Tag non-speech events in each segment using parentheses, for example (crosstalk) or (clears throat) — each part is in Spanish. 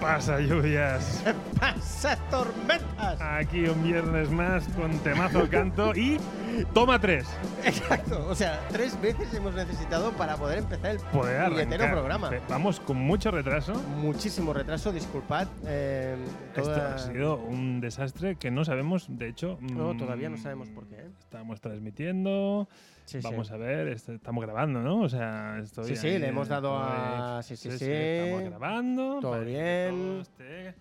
Pasa lluvias. ¡Pasa tormentas! Aquí un viernes más con temazo canto y toma tres. Exacto, o sea, tres veces hemos necesitado para poder empezar el Poder puñetero arrancar. programa. Pe- Vamos con mucho retraso. Muchísimo retraso, disculpad. eh, Esto toda- ha sido un desastre que no sabemos, de hecho. No, mm, todavía no sabemos por qué. ¿eh? Estamos transmitiendo. Sí, sí. Vamos a ver, est- estamos grabando, ¿no? O sea, estoy. Sí, sí, ahí, le hemos dado estoy- a- sí, sí, sí. Estamos grabando. Todo parece que bien. Todos, te-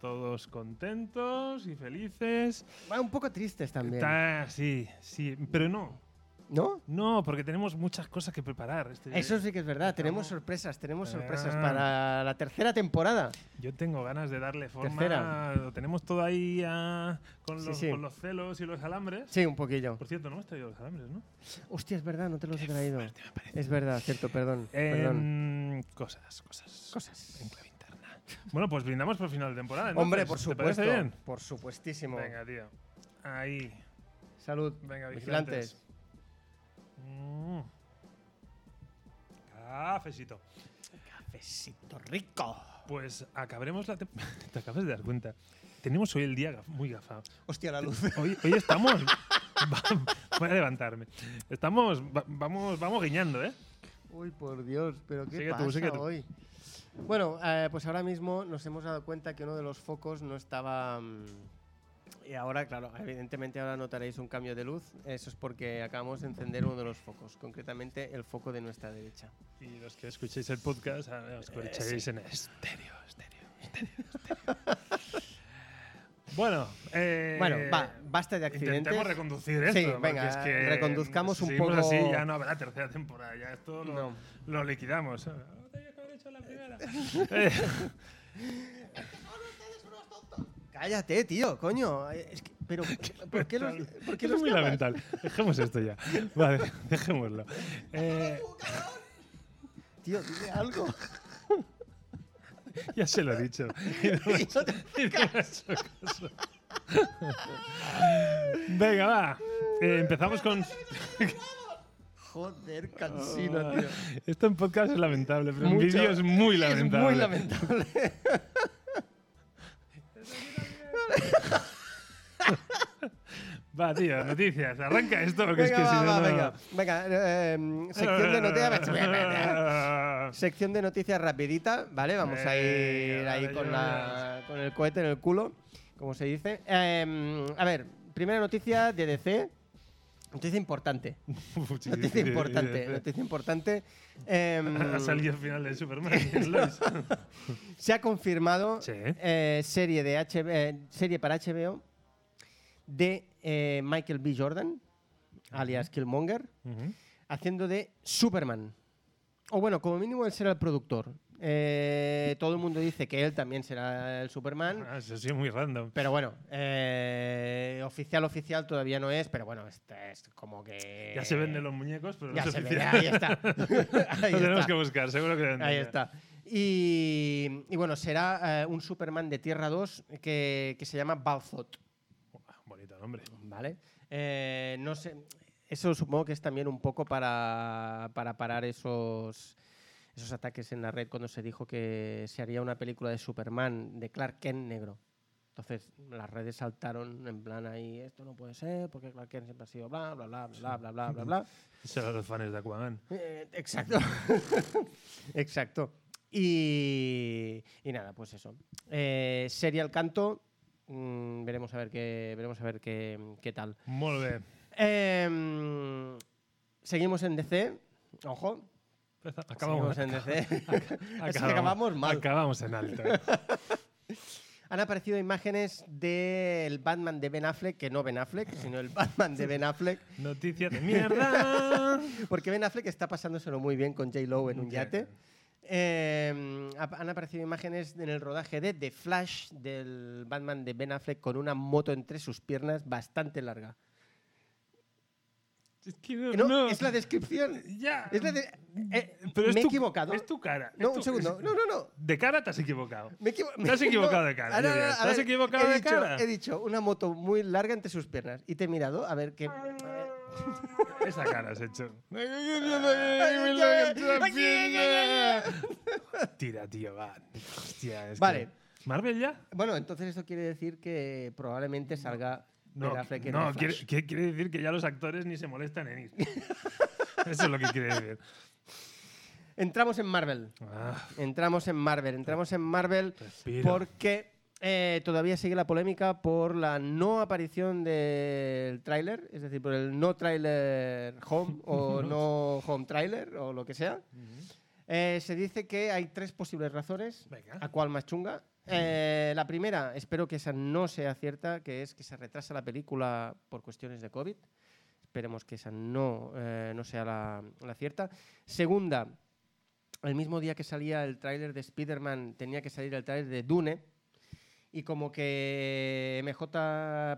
todos contentos y felices. Va un poco tristes también. Está, sí, sí, pero no. ¿No? No, porque tenemos muchas cosas que preparar. Este- Eso sí que es verdad, tenemos Estamos- sorpresas, tenemos sorpresas Ah. para la tercera temporada. Yo tengo ganas de darle forma. Tercera. Lo tenemos todo ahí ah, con, Sí, los, sí. con los celos y los alambres. Sí, un poquillo. Por cierto, no hemos traído los alambres, ¿no? Hostia, es verdad, no te los he traído. Fuerte, me parece. Es verdad, cierto, perdón. perdón. Em, cosas, cosas. Cosas. En clave interna. Bueno, pues brindamos por final de temporada. entonces. Hombre, por pues, ¿Te supuesto. parece bien? Por supuestísimo. Venga, tío. Ahí. Salud. Venga, vigilantes. vigilantes. Mm. Cafecito. Cafecito rico. Pues acabaremos la. tem- (laughs) Te acabas de dar cuenta. Tenemos hoy el día gaf- muy gafado. Hostia, la luz. Hoy, hoy estamos. va- voy a levantarme. Estamos. va- vamos, vamos guiñando, ¿eh? Uy, por Dios, pero qué Sigue tú, pasa sigue tú. hoy. Bueno, eh, pues ahora mismo nos hemos dado cuenta que uno de los focos no estaba. mm, y ahora, claro, evidentemente ahora notaréis un cambio de luz. Eso es porque acabamos de encender uno de los focos, concretamente el foco de nuestra derecha. Y los que escuchéis el podcast, ah, os Eh, escuchéis en estéreo, estéreo, estéreo. estéreo. bueno, eh, bueno, va, basta de accidentes. Intentemos reconducir esto. Sí, porque venga, es que reconduzcamos si un seguimos poco- así ya no habrá tercera temporada, ya esto lo, No. lo liquidamos. Ah, tenía que haber hecho la primera. (laughs) Eh, Cállate, tío, coño. eh, es que- (laughs) pero, ¿por qué los.? ¿Por qué es los muy llamas? lamentable. Dejemos esto ya. Vale, (laughs) dejémoslo. Eh, Tío, dile algo. (laughs) ya se lo he dicho. Y no te- Venga, va. Eh, empezamos con. Joder, cansino, Ah, tío. Esto en podcast es lamentable, pero en Mucho. vídeo es muy lamentable. Es muy lamentable. Va, tío, noticias. Arranca esto, porque es que Venga, si va, no. va, no- venga. Venga, eh, em, sección (laughs) de noticias. sección de noticias rapidita, ¿vale? Vamos a ir Venga, ahí vale, con, yo la- con el cohete en el culo, como se dice. Em, a ver, primera noticia de DC. Noticia (laughs) importante. Noticia importante. Noticia importante. Em, (laughs) Ha salido el final de (laughs) Superman. y el Lois. se ha confirmado Sí. eh, serie, de HB eh, serie para HBO de eh, Michael B. Jordan, alias Killmonger. Ujú. haciendo de Superman. O bueno, como mínimo él será el productor. Eh, todo el mundo dice que él también será el Superman. Ah, Eso ha sido muy random. Pero bueno, eh, oficial, oficial todavía no es, pero bueno, esta es como que. Ya se venden los muñecos, pero no Ya es se vende, oficial. (laughs) ahí está. Lo ahí tenemos está. que buscar, seguro que lo venden Ahí ya. está. Y, y bueno, será eh, un Superman de Tierra 2 que, que se llama Balzot. Buah, Bonito nombre. Vale. Eh, no sé. Eso supongo que es también un poco para, para parar esos, esos ataques en la red cuando se dijo que se haría una película de Superman, de Clark Kent negro. Entonces las redes saltaron en plan ahí, esto no puede ser, porque Clark Kent siempre ha sido bla, bla, bla, bla, bla, bla, bla, bla. Solo los fans de Aquaman. Eh, exacto. (laughs) exacto. Y, y nada, pues eso. Eh, sería el canto. mm, veremos a ver qué, veremos a ver qué, qué tal. Muy bien. Em, seguimos en DC. Ojo. Acabamos. ¿eh? seguimos en DC. (laughs) Es que (laughs) acabamos- acabamos mal. Acabamos en alto. ¿eh? (laughs) Han aparecido imágenes del Batman de Ben Affleck, que no Ben Affleck, sino el Batman de Ben Affleck, Noticias de mierda. (laughs) porque Ben Affleck está pasándoselo muy bien con J. Lo en un Ya, yate. claro. Em, ap- han aparecido imágenes en el rodaje de The Flash del Batman de Ben Affleck con una moto entre sus piernas bastante larga. Es que no, No, no. es la descripción. Ya. Es la de- eh, Pero es me he tu- equivocado. Es tu cara. No, es tu- un segundo. No, no, no. De cara te has equivocado. Me he equivo- Te has equivocado de cara, Ah, (laughs) no, no, Julián. no, a Te has ver, equivocado he de dicho- cara. He dicho, una moto muy larga entre sus piernas. Y te he mirado, a ver qué. Esa cara has (laughs) hecho. Tira, tío, va. Hostia, es que- Vale. ¿Marvel ya? Bueno, entonces esto quiere decir que probablemente salga No, Ben Affleck en no The quiere, Flash. que- quiere decir que ya los actores ni se molestan en (laughs) ir. Eso es lo que quiere decir. Entramos en Marvel. Ah, Entramos en Marvel. Entramos en Marvel respiro. porque eh, todavía sigue la polémica por la no aparición del tráiler, es decir, por el no tráiler (laughs) home o no home tráiler o lo que sea. Eh, se dice que hay tres posibles razones. Venga. ¿A cuál más chunga? Eh, la primera, espero que esa no sea cierta, que es que se retrasa la película por cuestiones de COVID. Esperemos que esa no, eh, no sea la, la cierta. Segunda, el mismo día que salía el tráiler de Spider-Man, tenía que salir el tráiler de Dune. Y como que MJ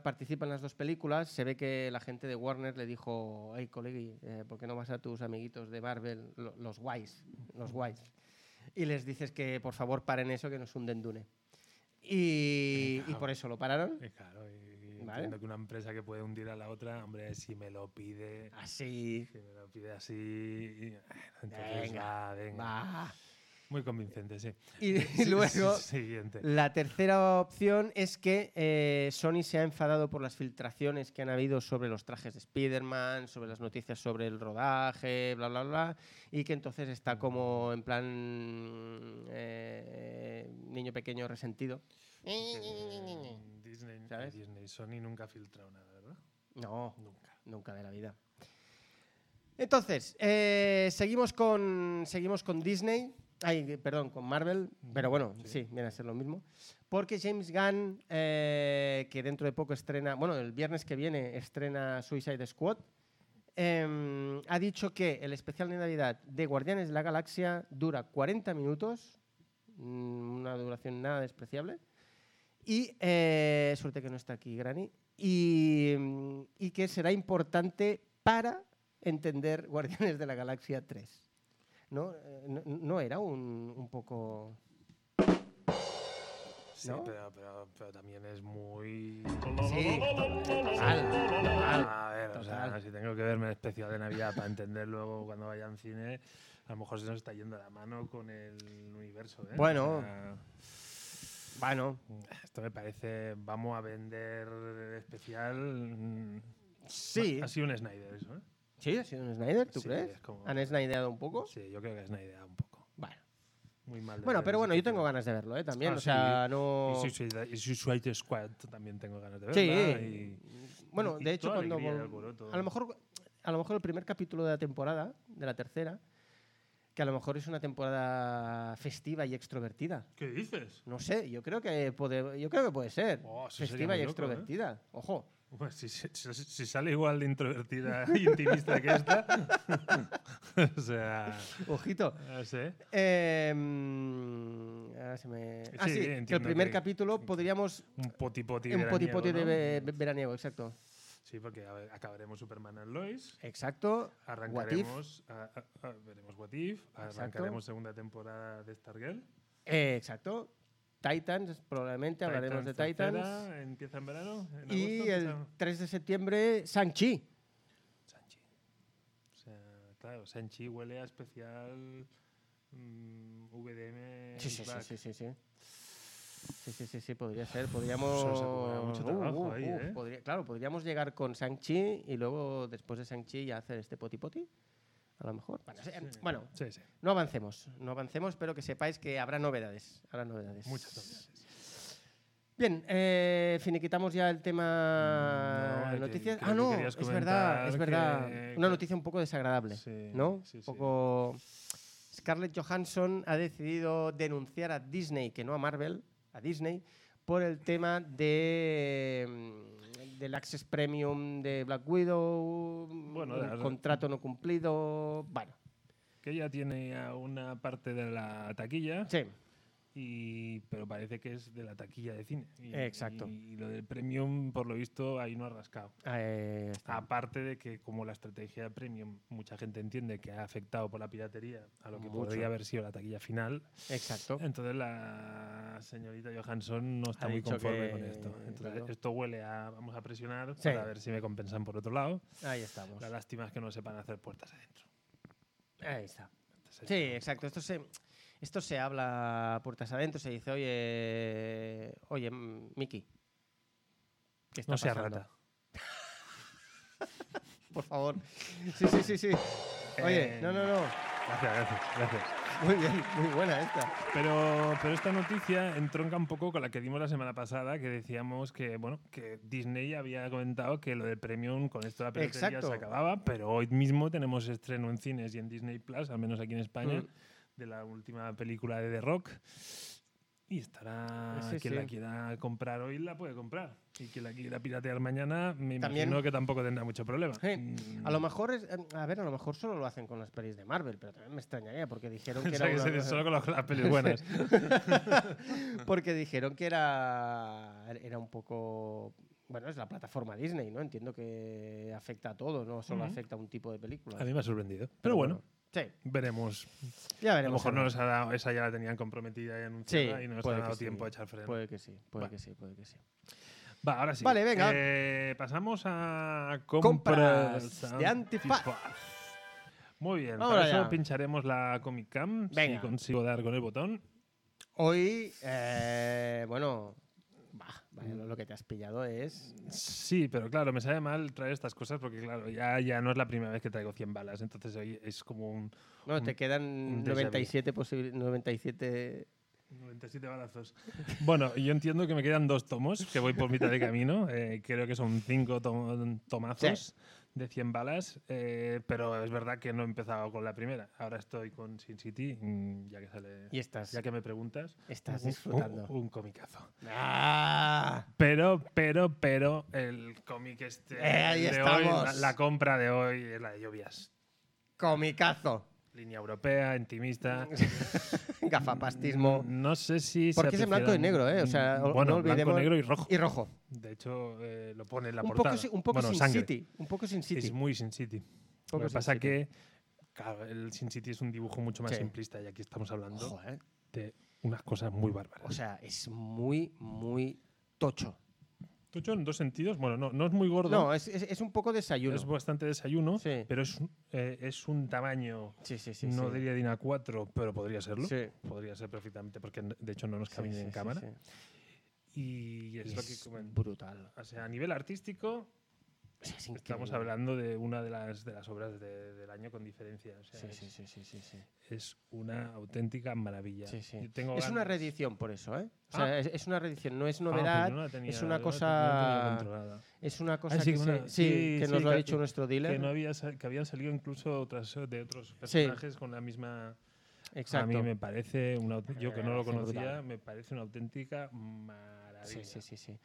participa en las dos películas, se ve que la gente de Warner le dijo, hey, colegui, eh, ¿por qué no vas a tus amiguitos de Marvel, lo- los guays, los guays? Y les dices que por favor paren eso, que nos hunden Dune. Y, y por eso lo pararon. Eh, Claro, y- y Vale. entiendo que una empresa que puede hundir a la otra, hombre, si me lo pide, Así. si me lo pide así, y- eh, entonces Venga, va, venga. va. Muy convincente, sí. (laughs) Y, Sí, sí, luego, (laughs) Siguiente. La tercera opción es que eh, Sony se ha enfadado por las filtraciones que han habido sobre los trajes de Spider-Man, sobre las noticias sobre el rodaje, bla, bla, bla, y que entonces está como en plan eh, niño pequeño resentido. Eh, Disney, ¿Sabes? Disney, Sony nunca ha filtrado nada, ¿verdad? No, Nunca. nunca de la vida. Entonces, eh, seguimos, con, seguimos con Disney, ay, perdón, con Marvel, pero bueno, sí. viene a ser lo mismo. Porque James Gunn, eh, que dentro de poco estrena, bueno, el viernes que viene estrena Suicide Squad, em, ha dicho que el especial de Navidad de Guardianes de la Galaxia dura 40 minutos, mm, una duración nada despreciable, y eh, suerte que no está aquí Granny. Y, mm, y que será importante para entender Guardianes de la Galaxia 3. ¿No, Eh, no, no era un, un poco. Sí, ¿No? pero, pero- pero también es muy... Sí, total. A ver, o sea, total. si tengo que verme el especial de Navidad para entender luego cuando vaya en cine, a lo mejor se nos está yendo la mano con el universo. ¿eh? Bueno. O sea, Bueno, Mm, esto me parece, vamos a vender el especial. mm, sí. Ha sido un Snyder eso, ¿eh? Sí, ha sido un Snyder, ¿tú Sí, crees? es como- ¿Han Snyderado un poco? Sí, yo creo que es Snyder un poco. Bueno. Muy mal. de Bueno, ver pero ese bueno, yo título. tengo ganas de verlo, ¿eh? También, Ah, o sí. sea, no. Y Suicide, y Suicide Squad también tengo ganas de Sí. verla. y- Bueno, y- y de hecho, toda cuando. alegría y vol- alboroto. a, lo mejor, a lo mejor el primer capítulo de la temporada, de la tercera, que a lo mejor es una temporada festiva y extrovertida. ¿Qué dices? No sé, yo creo que puede, yo creo que puede ser. Oh, eso sería festiva y muy loco, ¿eh? extrovertida. Ojo. Bueno, Pues si, si- si- si sale igual de introvertida e intimista que esta. (laughs) o sea, Ojito. no sé. Eh, mm, ahora se me... Ah, Sí, sí, que el entiendo primer que- capítulo podríamos... Un potipoti Un veraniego, potipoti de ¿no? ve- ve- veraniego, exacto. Sí, porque a ver, acabaremos Superman and Lois. Exacto. What If. Arrancaremos. a- a- a- veremos What If. Arrancaremos segunda temporada de Stargirl. Eh, exacto. Titans, probablemente hablaremos de tercera, Titans. empieza en verano. en Y agosto, el empieza- 3 de septiembre, Shang-Chi. Eh, Sanchi. O sea, claro, Sanchi huele a especial. mm, VDM. Sí, sí, sí, Back. sí, sí, sí. Sí, sí, sí, sí, podría ser. Se Podríamos. Uh, nos acumula mucho trabajo ahí, ¿eh? podría- claro, podríamos llegar con Shang-Chi y luego, después de Shang-Chi, ya hacer este poti-poti. A lo mejor. Bueno, se- bueno, Sí, sí. no avancemos. No avancemos, pero que sepáis que habrá novedades. Habrá novedades. Muchas novedades. Bien, eh, finiquitamos ya el tema No, que- noticias. creo Ah, que no, querías es verdad, comentar es verdad. que- Una que- noticia un poco desagradable, Sí, ¿no? sí, un sí. poco. Scarlett Johansson ha decidido denunciar a Disney, que no a Marvel, a Disney, por el tema de mm, del access premium de Black Widow, Bueno, un ahora- contrato no cumplido, bueno, que ya tiene a una parte de la taquilla sí, y, pero parece que es de la taquilla de cine. Y- Exacto. Y lo del premium, por lo visto, ahí no ha rascado. Ahí está. Aparte de que como la estrategia de premium, mucha gente entiende que ha afectado por la piratería a lo que Mucho. podría haber sido la taquilla final, Exacto. entonces la señorita Johansson no está Ha muy dicho conforme que- con esto. Entonces claro. esto huele a vamos a presionar Sí. Pues para ver si me compensan por otro lado. Ahí estamos. La lástima es que no sepan hacer puertas adentro. Ahí está. Entonces, Sí, esto- exacto. Esto se, esto se habla puertas adentro, se dice, oye, oye, mm, Miki. ¿Qué está No sea pasando? rata. Por favor. Sí, sí, sí, sí. Oye, Eh, no, no, no. Gracias, gracias, gracias. Muy bien, muy buena esta. Pero, pero esta noticia entronca un poco con la que dimos la semana pasada, que decíamos que, bueno, que Disney había comentado que lo del premium con esto de la piratería Exacto. se acababa, pero hoy mismo tenemos estreno en cines y en Disney Plus, al menos aquí en España, Mm. de la última película de The Rock. Y estará Sí, quien la sí. quiera comprar hoy la puede comprar. Y quien la quiera piratear mañana, me También- imagino que tampoco tendrá mucho problema. Sí. Mm. (laughs) A lo mejor es, em, a ver, a lo mejor solo lo hacen con las pelis de Marvel, pero también me extrañaría porque dijeron que (laughs) O era sea, que una- se- solo con las- las (laughs) pelis buenas. porque dijeron que era era un poco bueno, es la plataforma Disney, ¿no? Entiendo que afecta a todo, no solo Ujú. afecta a un tipo de película. A mí me ha sorprendido. Pero bueno, Sí, veremos. ya veremos. A lo mejor ver. no les ha dado, esa ya la tenían comprometida y anunciada y no les ha puede que dado sí. tiempo a echar freno. Puede que sí, puede Bueno. que sí, puede que sí. Va, ahora sí. Vale, venga. Eh, pasamos a compras, Compras de antifaz. Muy bien, Vamos para eso allá. pincharemos la Comic Cam si Venga. consigo dar con el botón. Hoy, eh, bueno, bah, vaya, lo lo que te has pillado es. Sí, pero claro, me sabe mal traer estas cosas porque claro, ya, ya no es la primera vez que traigo 100 balas, entonces hoy es como un Bueno, Un- te un quedan déjà vu. 97 posibil- 97. 97 balazos. Bueno, yo entiendo que me quedan dos tomos, que voy por mitad de camino. eh, creo que son cinco tom- tomazos de 100 balas, eh, pero es verdad que no he empezado con la primera. Ahora estoy con Sin City, mm, ya que sale, Y estás, ya que Uh, me preguntas. estás un- disfrutando. Un, un comicazo. ¡Ah! Pero, pero, pero, el cómic este Eh, ahí de hoy, estamos. la, la compra de hoy es la de lluvias. ¡Comicazo! (laughs) Línea europea, intimista. Gafapastismo. No sé si se Porque es en blanco y apreciará- negro, ¿eh? O sea, o- bueno, no blanco, olvidemos- negro y rojo. Y rojo. De hecho, eh, lo pone en la Un portada. poco, si- un poco Bueno, Sin sangre. City. Un poco Sin City. Es muy Sin City. Lo poco que Sin pasa City. que claro, el Sin City es un dibujo mucho más Sí. simplista y aquí estamos hablando Ojo, ¿eh? de unas cosas muy bárbaras. O sea, es muy, muy tocho. Tocho en dos sentidos. Bueno, no, no es muy gordo. No, es, es- es un poco desayuno. es bastante desayuno, Sí. pero es, un- eh, es un tamaño, Sí, sí, sí. no sí. diría DIN A4, pero podría serlo. Sí. Podría ser perfectamente, porque de hecho no nos Sí, camina sí, en sí, cámara. sí. Y es, lo que comen- brutal. O sea, a nivel artístico, Estamos hablando de una de las, de las obras de- del año con diferencia. o sea, Sí, es, sí, sí, sí, sí, sí. es una auténtica maravilla. Sí, sí. Yo tengo Es una ganas- reedición por eso, ¿eh? O Ah. sea, es, es una reedición, no es Ah, pues novedad, yo no la tenía- es no una la cosa- tenía controlada. Ah, es una cosa sí, que, que se- una- sí, sí, que sí, nos lo ha que- dicho nuestro dealer. Que, no había, sa- que habían salido incluso otras de otros personajes con la misma. Exacto. A mí me parece una. aut- Yo que no lo Es brutal. conocía, me parece una auténtica maravilla. Sí, sí, sí, sí.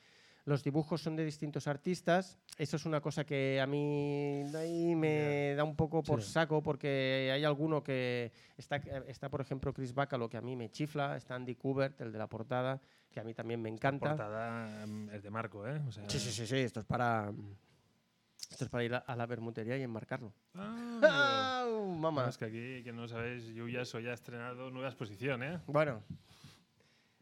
Los dibujos son de distintos artistas. Eso es una cosa que a mí de ahí me da un poco por Sí. saco porque hay alguno que está, está por ejemplo Chris Bacalo que a mí me chifla, está Andy Kubert, el de la portada, que a mí también me La encanta. portada mm, es de Marco, ¿eh? O sea- Sí, sí, sí, sí, esto es para. Esto es para ir a, a la bermutería y enmarcarlo. Ah, ¡Au, no, mamá! es que aquí, que no sabéis, Yuyas hoy ha estrenado nueva exposición, ¿eh? Bueno.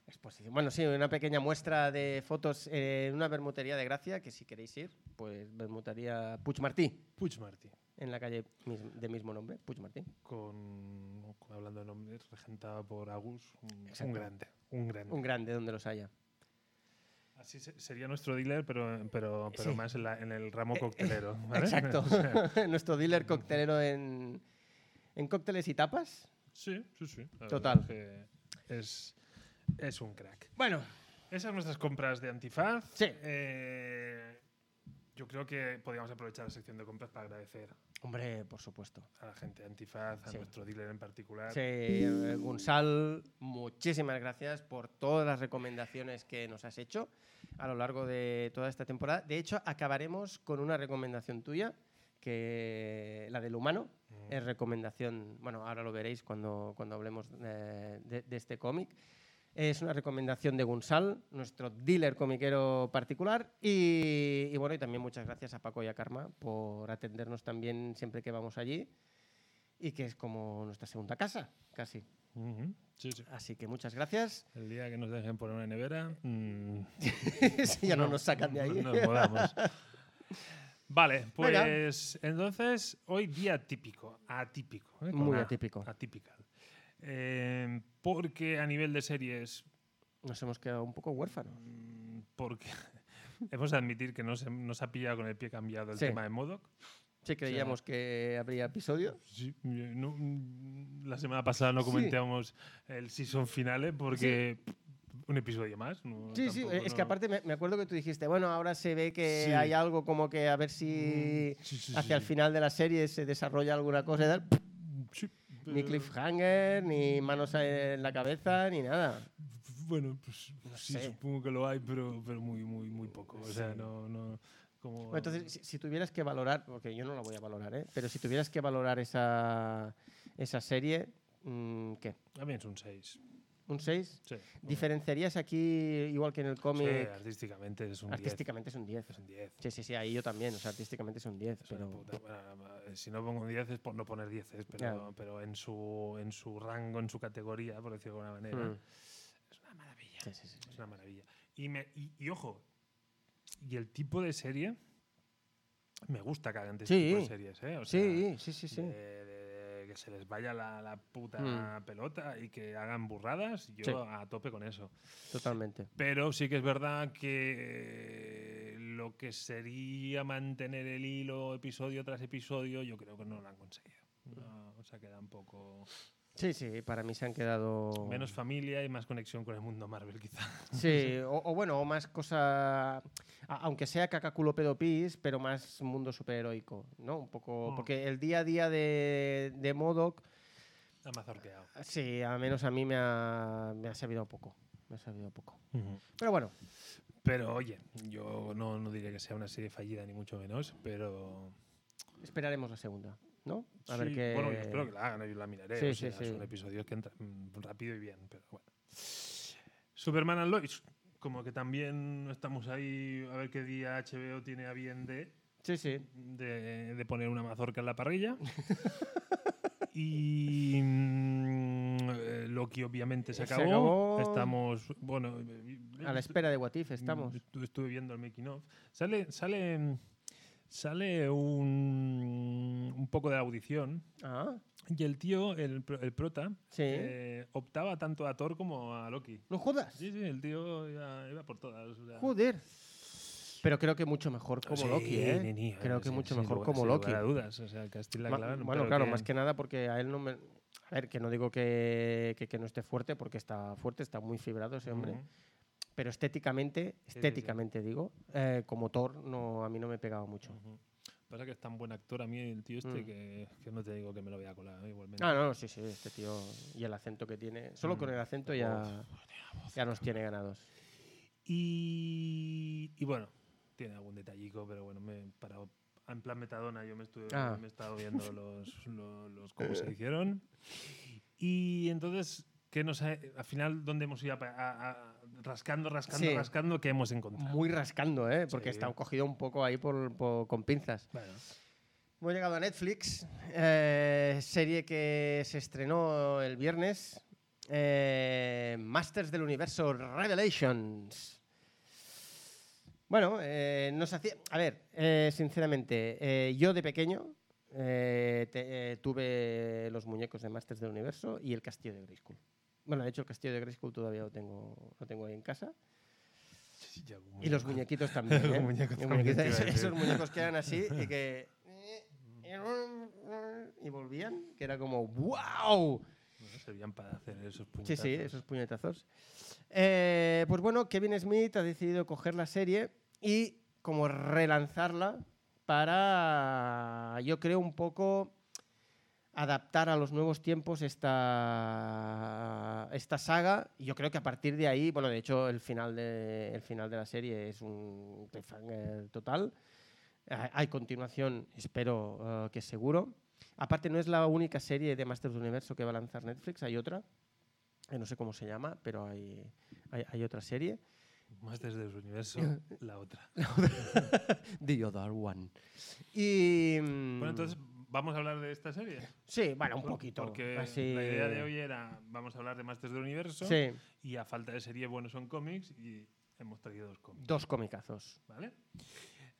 Exposición. Bueno, sí, una pequeña muestra de fotos eh, en una bermutería de Gracia, que si queréis ir, pues bermutería Puig Martí, Puig Martí. en la calle mis- de mismo nombre, Puig Martí. con, con- hablando de nombres, regentada por Agus, un, Exacto. un grande, un grande. Un grande donde los haya. Así se- sería nuestro dealer, pero, pero, pero Sí. Eh, más en, la- en el ramo coctelero. (laughs) ¿vale? pues, Exacto. O sea, (laughs) Nuestro dealer coctelero en, en cócteles y tapas. sí, sí, sí. La verdad Total. es que Es, es un crack. Bueno, Esas nuestras compras de antifaz. Sí. Eh, yo creo que podríamos aprovechar la sección de compras para agradecer hombre, por supuesto. a la gente de Antifaz, a Sí. nuestro dealer en particular. Sí, eh, Gunsal, muchísimas gracias por todas las recomendaciones que nos has hecho a lo largo de toda esta temporada. De hecho, acabaremos con una recomendación tuya, que la del humano Mm. es recomendación, bueno, ahora lo veréis cuando, cuando hablemos eh, de, de este cómic. Es una recomendación de Gunsal, nuestro dealer comiquero particular. Y, y bueno, y también muchas gracias a Paco y a Karma por atendernos también siempre que vamos allí. Y que es como nuestra segunda casa, casi. Mm. Ujú, Sí, sí. Así que muchas gracias. (laughs) El día que nos dejen poner una nevera. mm, si ya no, nos sacan de ahí. no Nos (laughs) mudamos. Vale, Venga. pues entonces hoy día típico, atípico. ¿eh? Con Muy A, atípico. Atypical. Eh, porque a nivel de series, Nos hemos quedado un poco huérfanos. mm, porque (laughs) hemos de admitir que nos, hem- nos ha pillado con el pie cambiado el Sí. tema de Modoc. Sí, creíamos que habría episodio. Sí, eh, no, mm, la semana pasada no Sí. comentamos el season finale porque pff, un episodio más. no, Sí, sí, tampoco, es que no- aparte me, me acuerdo que tú dijiste, bueno, ahora se ve que Sí. hay algo como que a ver si Mm, sí, sí, sí, hacia el sí. final de la serie se desarrolla alguna cosa y tal. Sí, Ni pero- cliffhanger, ni manos en la cabeza, ni nada. Bueno, pues sí, sé. supongo que lo hay, pero, pero muy, muy, muy poco. O sea, no, no. Como, Bueno, entonces, si, si tuvieras que valorar, porque yo no la voy a valorar, ¿eh? pero si tuvieras que valorar esa, esa serie, mm, ¿qué? a mí es un 6. ¿Un 6? Sí. ¿Diferenciarías aquí, igual que en el Sí, cómic, artísticamente es un 10. Artísticamente es un 10. Es un 10. Sí, sí, sí, ahí yo también. O sea, artísticamente es un 10. Es una Pero... puta- bueno, eh, si no pongo un 10 es por no poner 10, pero, Ya. pero en, su, en su rango, en su categoría, por decirlo de alguna manera, Mm. es una maravilla. Sí, sí, sí. Es una maravilla. Y, me, y, y ojo, y el tipo de serie, me gusta que hagan este tipo de Sí. series, ¿eh? O sea, Sí, sí, sí, sí. de- de- de que se les vaya la, la puta Mm. pelota y que hagan burradas, yo Sí. a tope con eso. Totalmente. Pero sí que es verdad que eh, lo que sería mantener el hilo episodio tras episodio, yo creo que no lo han conseguido. No, o sea, queda un poco Sí, sí, para mí se han quedado. (laughs) menos familia y más conexión con el mundo Marvel, (laughs) quizás. Sí, o, o bueno, o más cosa. a- aunque sea cacaculo pedopis, pero más mundo superheroico, ¿no? Un poco. Mm. Porque el día a día de, de Modoc, Amazorqueado. sí, al menos a mí me ha, me ha servido poco. Me ha servido poco. Pero bueno, Pero oye, yo no, no diría que sea una serie fallida, ni mucho menos, pero. esperaremos la segunda, ¿no? A ver Sí, qué. Bueno, yo espero que la hagan, yo la miraré. Sí, o sí, sea, sí. Son episodios que entran mm, rápido y bien, pero bueno. Superman and Lois. Como que también estamos ahí a ver qué día HBO tiene a bien de, Sí, sí. de, de poner una mazorca en la (laughs) parrilla. y mm, eh, Loki obviamente se Se acabó. acabó. Estamos, bueno... eh, A la espera de Watif estamos. Estu- Estuve viendo el making of. Sale, sale, sale un, un poco de la audición Ah, y el tío, el, pro- el prota, sí. eh, optaba tanto a Thor como a Loki. No jodas. Sí, sí, el tío iba, iba por todas. o sea. Joder. Pero creo que mucho mejor como Sí, Loki, ¿eh? ni- ni, creo eh, que sin- mucho sin mejor lugar- como sin Loki. lugar a dudas, o sea, Castilla y Ma- Clavaron, bueno, pero claro, más que nada porque a él no me... A ver, que no digo que, que- que no esté fuerte, porque está fuerte, está muy fibrado ese hombre. Ujú. Pero estéticamente, sí. estéticamente digo, eh, como Thor, no, a mí no me pegaba mucho. Ujú. Pasa que es tan buen actor a mí el tío este Mm. que, que no te digo que me lo voy a colar eh, igualmente. Ah, no, sí, sí, este tío y el acento que tiene. Solo con Mm. el acento ya, ya nos tiene ganados. Y, y bueno, tiene algún detallico, pero bueno, me para, en plan metadona yo me, estuve, Ah. me he estado (laughs) viendo los, lo- los, cómo se hicieron. Y entonces, ¿qué nos ha- al final, ¿dónde hemos ido? a pa- a- a- rascando, rascando, Sí. rascando, ¿qué hemos encontrado? Muy rascando, ¿eh? Porque Sí. está cogido un poco ahí por- por, con pinzas. Bueno, Hemos llegado a Netflix, eh, serie que se estrenó el viernes, eh, Masters del Universo Revelations. Bueno, eh, nos hacía... A ver, eh, sinceramente, eh, yo de pequeño eh, te- eh, tuve los muñecos de Masters del Universo y el castillo de Grayskull. Bueno, de hecho el castillo de Grayskull todavía lo tengo, lo tengo ahí en casa. sí, ya algún Y los muñeco. muñequitos también. ¿eh? (laughs) Los muñecos Los también muñequitos, te iba a esos, decir. esos muñecos que eran así (laughs) y que. eh, Y volvían, que era como ¡Wow! Bueno, servían para hacer esos Sí, puñetazos. sí, esos puñetazos. Eh, pues bueno, Kevin Smith ha decidido coger la serie y como relanzarla para, yo creo, un poco adaptar a los nuevos tiempos esta, esta saga. Y Yo creo que a partir de ahí, bueno, de hecho el final de, el final de la serie es un cliffhanger total. Ah, Hay continuación, espero eh, que seguro. Aparte, no es la única serie de Masters del Universo que va a lanzar Netflix, hay otra. que eh, no sé cómo se llama, pero hay, hay, hay otra serie. Más desde el (laughs) universo, la otra. The Other One. Y. mm, Bueno, entonces, ¿vamos a hablar de esta serie? Sí, bueno, un poquito. Porque así- la idea de hoy era, vamos a hablar de Masters del Universo Sí, y a falta de serie, bueno, son cómics y hemos traído dos cómics, dos comicazos. ¿vale?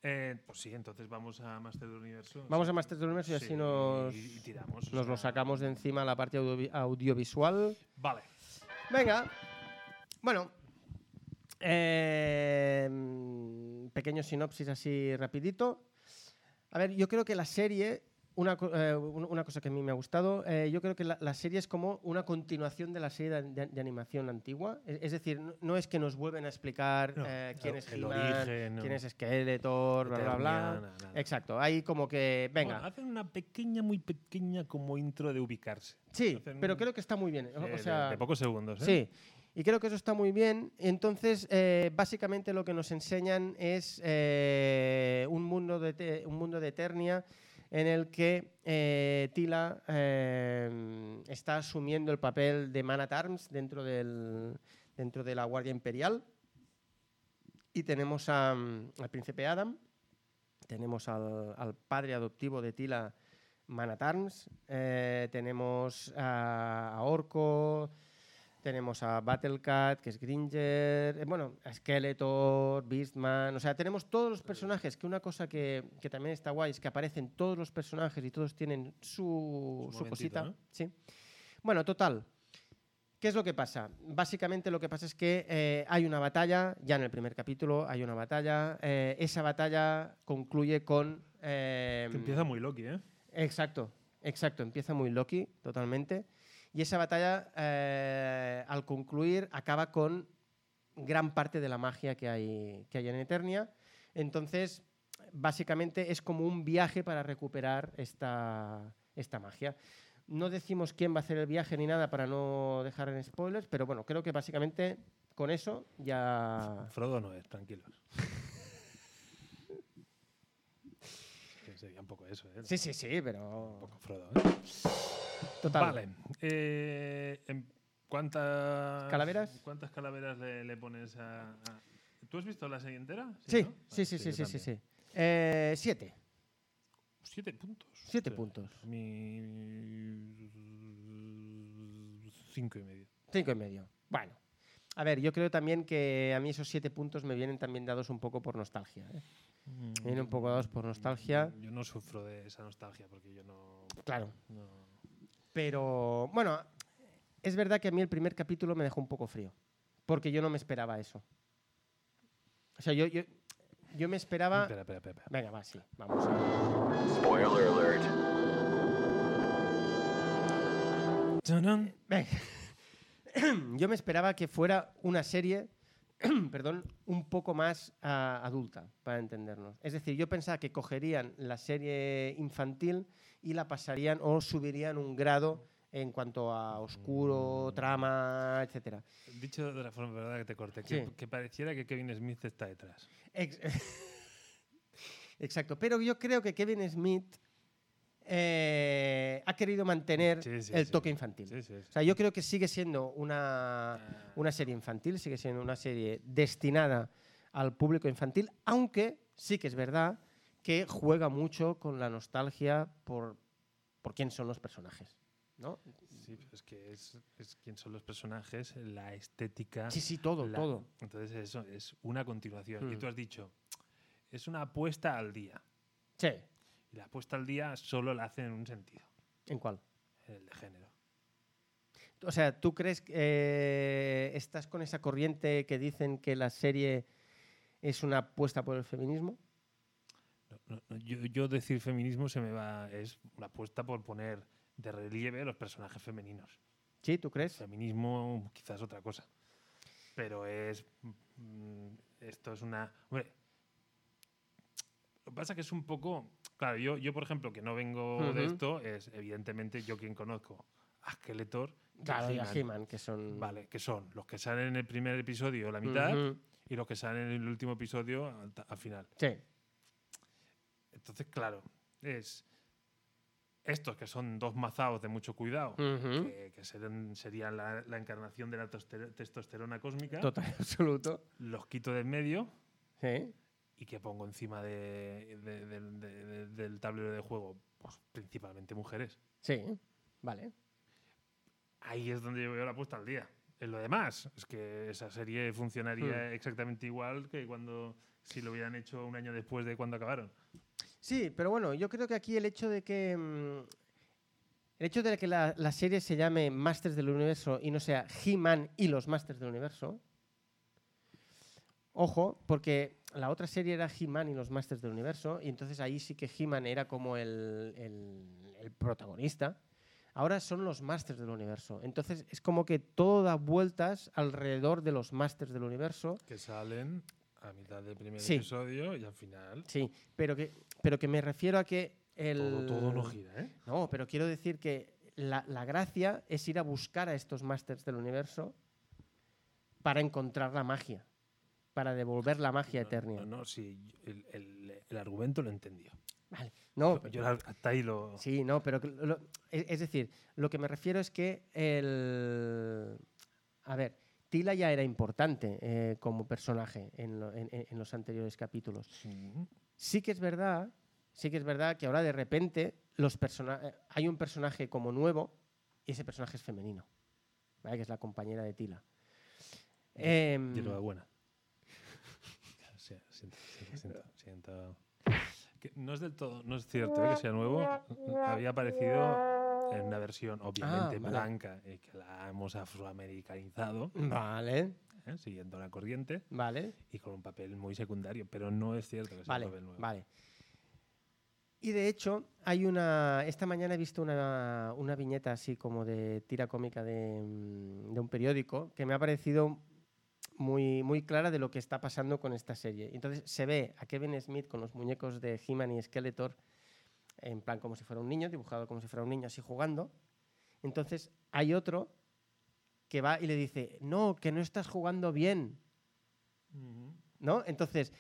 Eh, pues sí, entonces vamos a Masters del Universo. Vamos sí. a Masters del Universo y así Sí, nos, y- y tiramos. o nos lo sea, sacamos de encima la parte audio- audiovisual. Vale. Venga. Bueno. eh, mm, pequeño sinopsis así rapidito. A ver, yo creo que la serie, una, co- eh, un- una cosa que a mí me ha gustado, eh, yo creo que la, la serie es como una continuación de la serie de, de- de animación antigua. Es, es decir, no, no es que nos vuelven a explicar No, eh, quién es el He-Man, origen, ¿no? quién es Skeletor, bla, bla, bla. Eternia, nada. Exacto, ahí como que, venga. Bueno, hacen una pequeña, muy pequeña como intro de ubicarse. sí, hacen- pero creo que está muy bien. O- Eh, o de- sea, de, pocos segundos, ¿eh? Sí, y creo que eso está muy bien. Entonces, eh, básicamente lo que nos enseñan es eh, un, mundo de te- un mundo de Eternia en el que eh, Tila eh, está asumiendo el papel de Man at Arms dentro, del, dentro de la Guardia Imperial. Y tenemos a, mm, al príncipe Adam, tenemos al, al padre adoptivo de Tila, Man at Arms, eh, tenemos a, a Orco, tenemos a Battlecat, que es Gringer, eh, bueno, a Skeletor, Beastman, o sea, tenemos todos los personajes, que una cosa que, que también está guay es que aparecen todos los personajes y todos tienen su, Su su momentito, cosita. ¿no? Sí. Bueno, total. ¿Qué es lo que pasa? Básicamente lo que pasa es que eh, hay una batalla, ya en el primer capítulo hay una batalla, eh, esa batalla concluye con... eh, Que empieza muy Loki, ¿eh? Exacto, exacto. Empieza muy Loki, totalmente. Y esa batalla, eh, al concluir, acaba con gran parte de la magia que hay, que hay en Eternia. Entonces, básicamente es como un viaje para recuperar esta, esta magia. No decimos quién va a hacer el viaje ni nada para no dejar en spoilers, pero bueno, creo que básicamente con eso ya... Frodo no es, (laughs) tranquilos. que sería un poco eso, ¿eh? Sí, sí, sí, Un pero... poco Frodo, ¿eh? Total. Vale. eh, em, ¿Cuántas ¿Calaveras? ¿Cuántas calaveras le, le pones a, a- ¿Tú has visto la serie entera? Sí, ¿no? sí, Vale, sí, sí, yo sí, sí, también. sí. Eh, siete. Siete puntos. Siete Hostia. puntos. Mi... Cinco y medio. Cinco y medio. Bueno. A ver, yo creo también que a mí esos siete puntos me vienen también dados un poco por nostalgia. ¿eh? Me vienen un poco dados por nostalgia. Yo no sufro de esa nostalgia porque yo no. Claro. no- Pero bueno, es verdad que a mí el primer capítulo me dejó un poco frío. Porque yo no me esperaba eso. O sea, yo, yo, yo me esperaba. Espera, espera, espera. espera. Venga, va, sí, vamos. a- Spoiler alert. Chanán. Venga. (clears throat) Yo me esperaba que fuera una serie, (clears throat) perdón, un poco más ah, adulta, para entendernos. Es decir, yo pensaba que cogerían la serie infantil y la pasarían o subirían un grado en cuanto a oscuro, trama, etcétera. Dicho de otra forma, verdad que te corté, que, Sí. que pareciera que Kevin Smith está detrás. Ex- (laughs) Exacto, pero yo creo que Kevin Smith eh, ha querido mantener Sí, sí, el sí. toque infantil. Sí, sí, sí. O sea, yo creo que sigue siendo una, una serie infantil, sigue siendo una serie destinada al público infantil, aunque sí que es verdad que juega mucho con la nostalgia por, por quién son los personajes. ¿no? Sí, pero es que es, es quién son los personajes, la estética. Sí, sí, todo, la- todo. Entonces, eso es una continuación. Y Mm. tú has dicho, es una apuesta al día. Sí, Y la apuesta al día solo la hacen en un sentido, ¿en cuál? el de género. O sea, ¿tú crees que eh, estás con esa corriente que dicen que la serie es una apuesta por el feminismo? No, no, no, yo, yo decir feminismo se me va. Es una apuesta por poner de relieve los personajes femeninos. ¿Sí? ¿Tú crees? Feminismo, quizás otra cosa. Pero es. mm, Esto es una. Hombre. Lo que pasa que es un poco. Claro, yo, yo por ejemplo, que no vengo de Ujú. esto, es evidentemente yo quien conozco a Skeletor y a Claro, y a He-Man. He-Man, que son... Vale, que son los que salen en el primer episodio, la mitad, Ujú. y los que salen en el último episodio al, ta- al final. Sí. Entonces, claro, es estos que son dos mazaos de mucho cuidado, Ujú. que, que serán- serían la, la encarnación de la toster- testosterona cósmica, Total, (laughs) y absoluto. los quito de en medio Sí. y que pongo encima de- de- del- de- de- del tablero de juego, pues principalmente mujeres. Sí. Vale. Ahí es donde yo veo la puesta al día. En lo demás, es que esa serie Hmm. funcionaría exactamente igual que cuando si lo hubieran hecho un año después de cuando acabaron. Sí, pero bueno, yo creo que aquí el hecho de que. mm, el hecho de que la, la serie se llame Masters del Universo y no sea He-Man y los Masters del Universo. Ojo, porque la otra serie era He-Man y los Masters del Universo, y entonces ahí sí que He-Man era como el, el- el protagonista. Ahora son los Masters del Universo. Entonces es como que todo da vueltas alrededor de los Masters del Universo. Que salen a mitad del primer Sí. episodio y al final Sí, pero que, pero que me refiero a que el. todo, todo no gira, ¿eh? No, pero quiero decir que la, la gracia es ir a buscar a estos másters del universo para encontrar la magia, para devolver la magia eterna. No, no, sí, el, el- el argumento lo entendió. Vale. No, Yo la- hasta ahí lo... Oh. sí, no, pero que lo- es es decir, lo que me refiero es que el, a ver, Tila ya era importante eh, como personaje en, lo- en- en- en los anteriores capítulos. Mm. Sí que es verdad, sí que es verdad que ahora de repente los persona- eh, hay un personaje como nuevo y ese personaje es femenino, ¿vale? que es la compañera de Tila. Em, Y enhorabuena. (laughs) O sea, siento, siento, siento, siento. Que no es del todo, no es cierto ¿eh? que sea nuevo. Había aparecido en una versión obviamente Ah, vale. blanca, eh, que la hemos afroamericanizado, vale, ¿eh? siguiendo la corriente, vale, y con un papel muy secundario, pero no es cierto que sea vale, un papel nuevo. vale. Y de hecho, hay una. Esta mañana he visto una, una viñeta así como de tira cómica de, mm, de un periódico que me ha parecido muy, muy clara de lo que está pasando con esta serie. Entonces se ve a Kevin Smith con los muñecos de He-Man y Skeletor, en plan como si fuera un niño, dibujado como si fuera un niño, así jugando. Entonces hay otro que va y le dice: No, que no estás jugando bien. Ujú. ¿no? Entonces,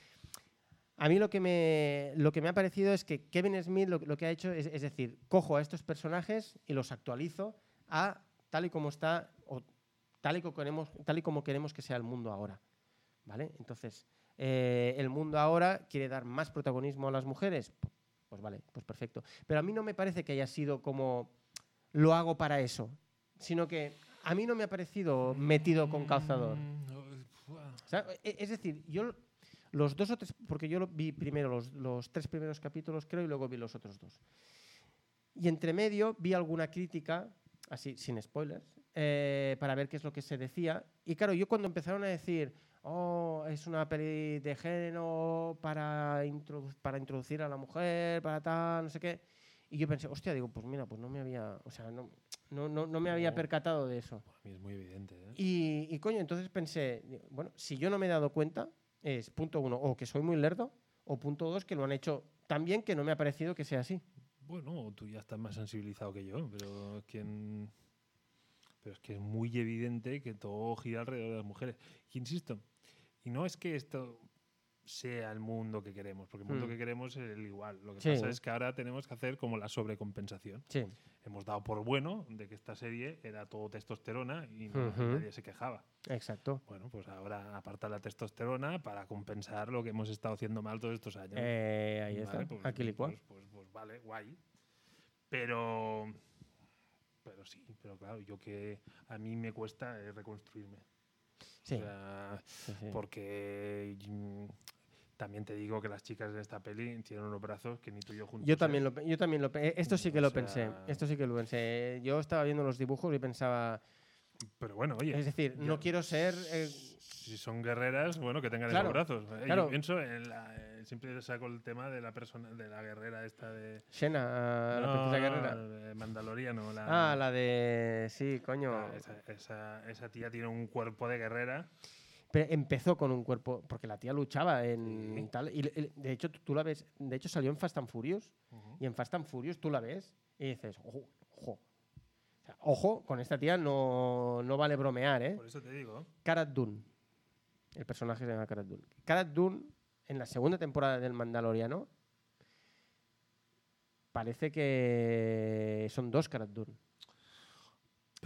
a mí lo que me, lo que me ha parecido es que Kevin Smith lo, lo que ha hecho es, es decir, cojo a estos personajes y los actualizo a tal y como está o tal y como queremos, tal y como queremos que sea el mundo ahora. ¿Vale? Entonces, eh, el mundo ahora quiere dar más protagonismo a las mujeres. P- Pues vale, pues perfecto. Pero a mí no me parece que haya sido como lo hago para eso, sino que a mí no me ha parecido metido con calzador. Mm, oh, fua. O sea, e- es decir, yo lo- los dos o tres, porque yo lo vi primero los, los tres primeros capítulos, creo, y luego vi los otros dos. Y entre medio vi alguna crítica, así, sin spoilers, eh, para ver qué es lo que se decía. Y claro, yo cuando empezaron a decir, oh, es una peli de género para, introdu- para introducir a la mujer, para tal, no sé qué. Y yo pensé, hostia, digo, pues mira, pues no me había, o sea, no, no, no, no me había No. percatado de eso. A mí es muy evidente. ¿eh? Y, y, coño, entonces pensé, digo, bueno, si yo no me he dado cuenta, es punto uno, o que soy muy lerdo, o punto dos, que lo han hecho tan bien que no me ha parecido que sea así. Bueno, tú ya estás más sensibilizado que yo, pero es que, en- pero es, que es muy evidente que todo gira alrededor de las mujeres. Y insisto, y no es que esto sea el mundo que queremos, porque el mundo Mm. que queremos es el igual. Lo que Sí. pasa es que ahora tenemos que hacer como la sobrecompensación. Sí. Hemos dado por bueno de que esta serie era todo testosterona y no- Ujú. nadie se quejaba. Exacto. Bueno, pues ahora aparta la testosterona para compensar lo que hemos estado haciendo mal todos estos años. Eh, ahí Vale, está, pues- aquí licuado. Pues, pues- pues vale, guay. Pero. Pero sí, pero claro, yo que a mí me cuesta eh, reconstruirme. Sí, O sea, sí, sí. porque. mm, también te digo que las chicas de esta peli tienen unos brazos que ni tú y yo juntos. Yo también, lo, pe- yo también lo pe- eh, Esto sí que O lo sea- pensé. Esto sí que lo pensé. Yo estaba viendo los dibujos y pensaba. Pero bueno, oye. Es decir, no yo- quiero ser. eh, Si son guerreras, bueno, que tengan Claro, esos brazos. Eh, claro. Yo pienso en la. eh, siempre saco el tema de la persona, de la guerrera esta de. Xena, Ah, la No, princesa no, guerrera. eh, Mandaloriano. Ah, la de. Sí, coño. Ah, Esa, esa- esa tía tiene un cuerpo de guerrera. Pero empezó con un cuerpo, porque la tía luchaba en Sí. tal. Y le- y le- de hecho, tú, tú la ves. De hecho, salió en Fast and Furious. Y en Fast and Furious tú la ves y dices, ojo, ojo. O sea, ojo, con esta tía no, no vale bromear, ¿eh? Por eso te digo. Karat Dune. El personaje se llama Karat Dune. Karat Dune, en la segunda temporada del Mandaloriano, parece que son dos Cara Dune.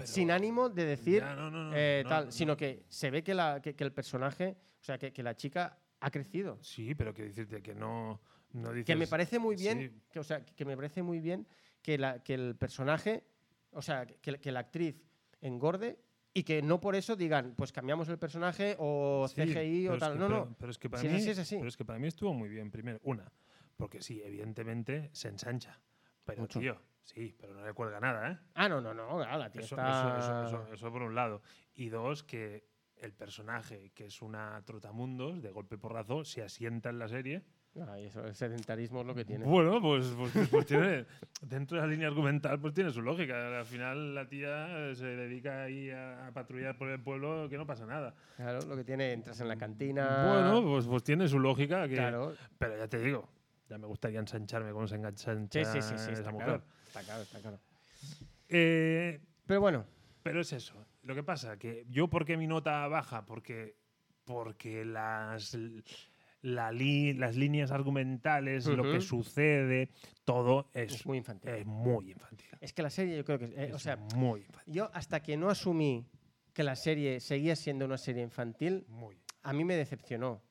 Sin ánimo de decir Ya, no, no, no, eh, no, tal, no. sino que se ve que, la- que- que el personaje, o sea, que, que la chica ha crecido. Sí, pero que decirte que no, no dices... que me parece muy bien, sí. que, o sea, que me parece muy bien que, la, que el personaje, o sea, que, que la actriz engorde y que no por eso digan, pues cambiamos el personaje o Sí, CGI pero o es tal. que no, para- no. Pero es que para Si es mí, así, es así. Pero es que para mí estuvo muy bien, primero. Una, porque sí, evidentemente se ensancha. Pero, Mucho. tío, sí, pero no le cuelga nada, ¿eh? Ah, no, no, no. claro, la tía Eso, eso- está- eso- eso- eso por un lado. Y dos, que el personaje, que es una trotamundos, de golpe y porrazo, se asienta en la serie. Ay, eso, el sedentarismo es lo que tiene. Bueno, pues, pues- pues- pues tiene, dentro de la línea argumental, pues tiene su lógica. Al final la tía eh, se dedica ahí a, a patrullar por el pueblo que no pasa nada. Claro, lo que tiene, entras en la cantina. Mm, Bueno, pues, pues tiene su lógica. Que, claro. Pero ya te digo, ya me gustaría ensancharme como se engancha Sí, sí, sí, sí, esa está mujer. claro, está claro, está claro. Eh, Pero bueno, pero es eso. Lo que pasa que yo, ¿por qué mi nota baja? Porque, porque las, la li- las líneas argumentales, lo que Ujú. sucede, todo es, es muy infantil. es muy infantil. Es que la serie yo creo que... es- eh, o Es sea, muy infantil. yo hasta que no asumí que la serie seguía siendo una serie infantil, Muy. a mí me decepcionó.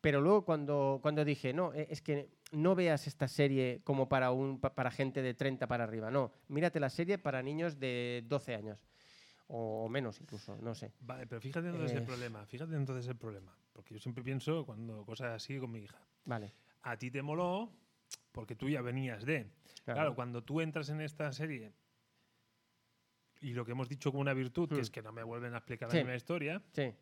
Pero luego cuando, cuando dije, no, eh, es que no veas esta serie como para, un, pa- para gente de 30 para arriba, no, mírate la serie para niños de 12 años o, o menos incluso, no sé. Vale, pero fíjate entonces el Eh. problema. Fíjate entonces el problema. Porque yo siempre pienso cuando cosas así con mi hija. Vale. A ti te moló porque tú ya venías de. claro. Claro, cuando tú entras en esta serie y lo que hemos dicho como una virtud, que Hmm. es que no me vuelven a explicar Sí. la misma historia, Sí.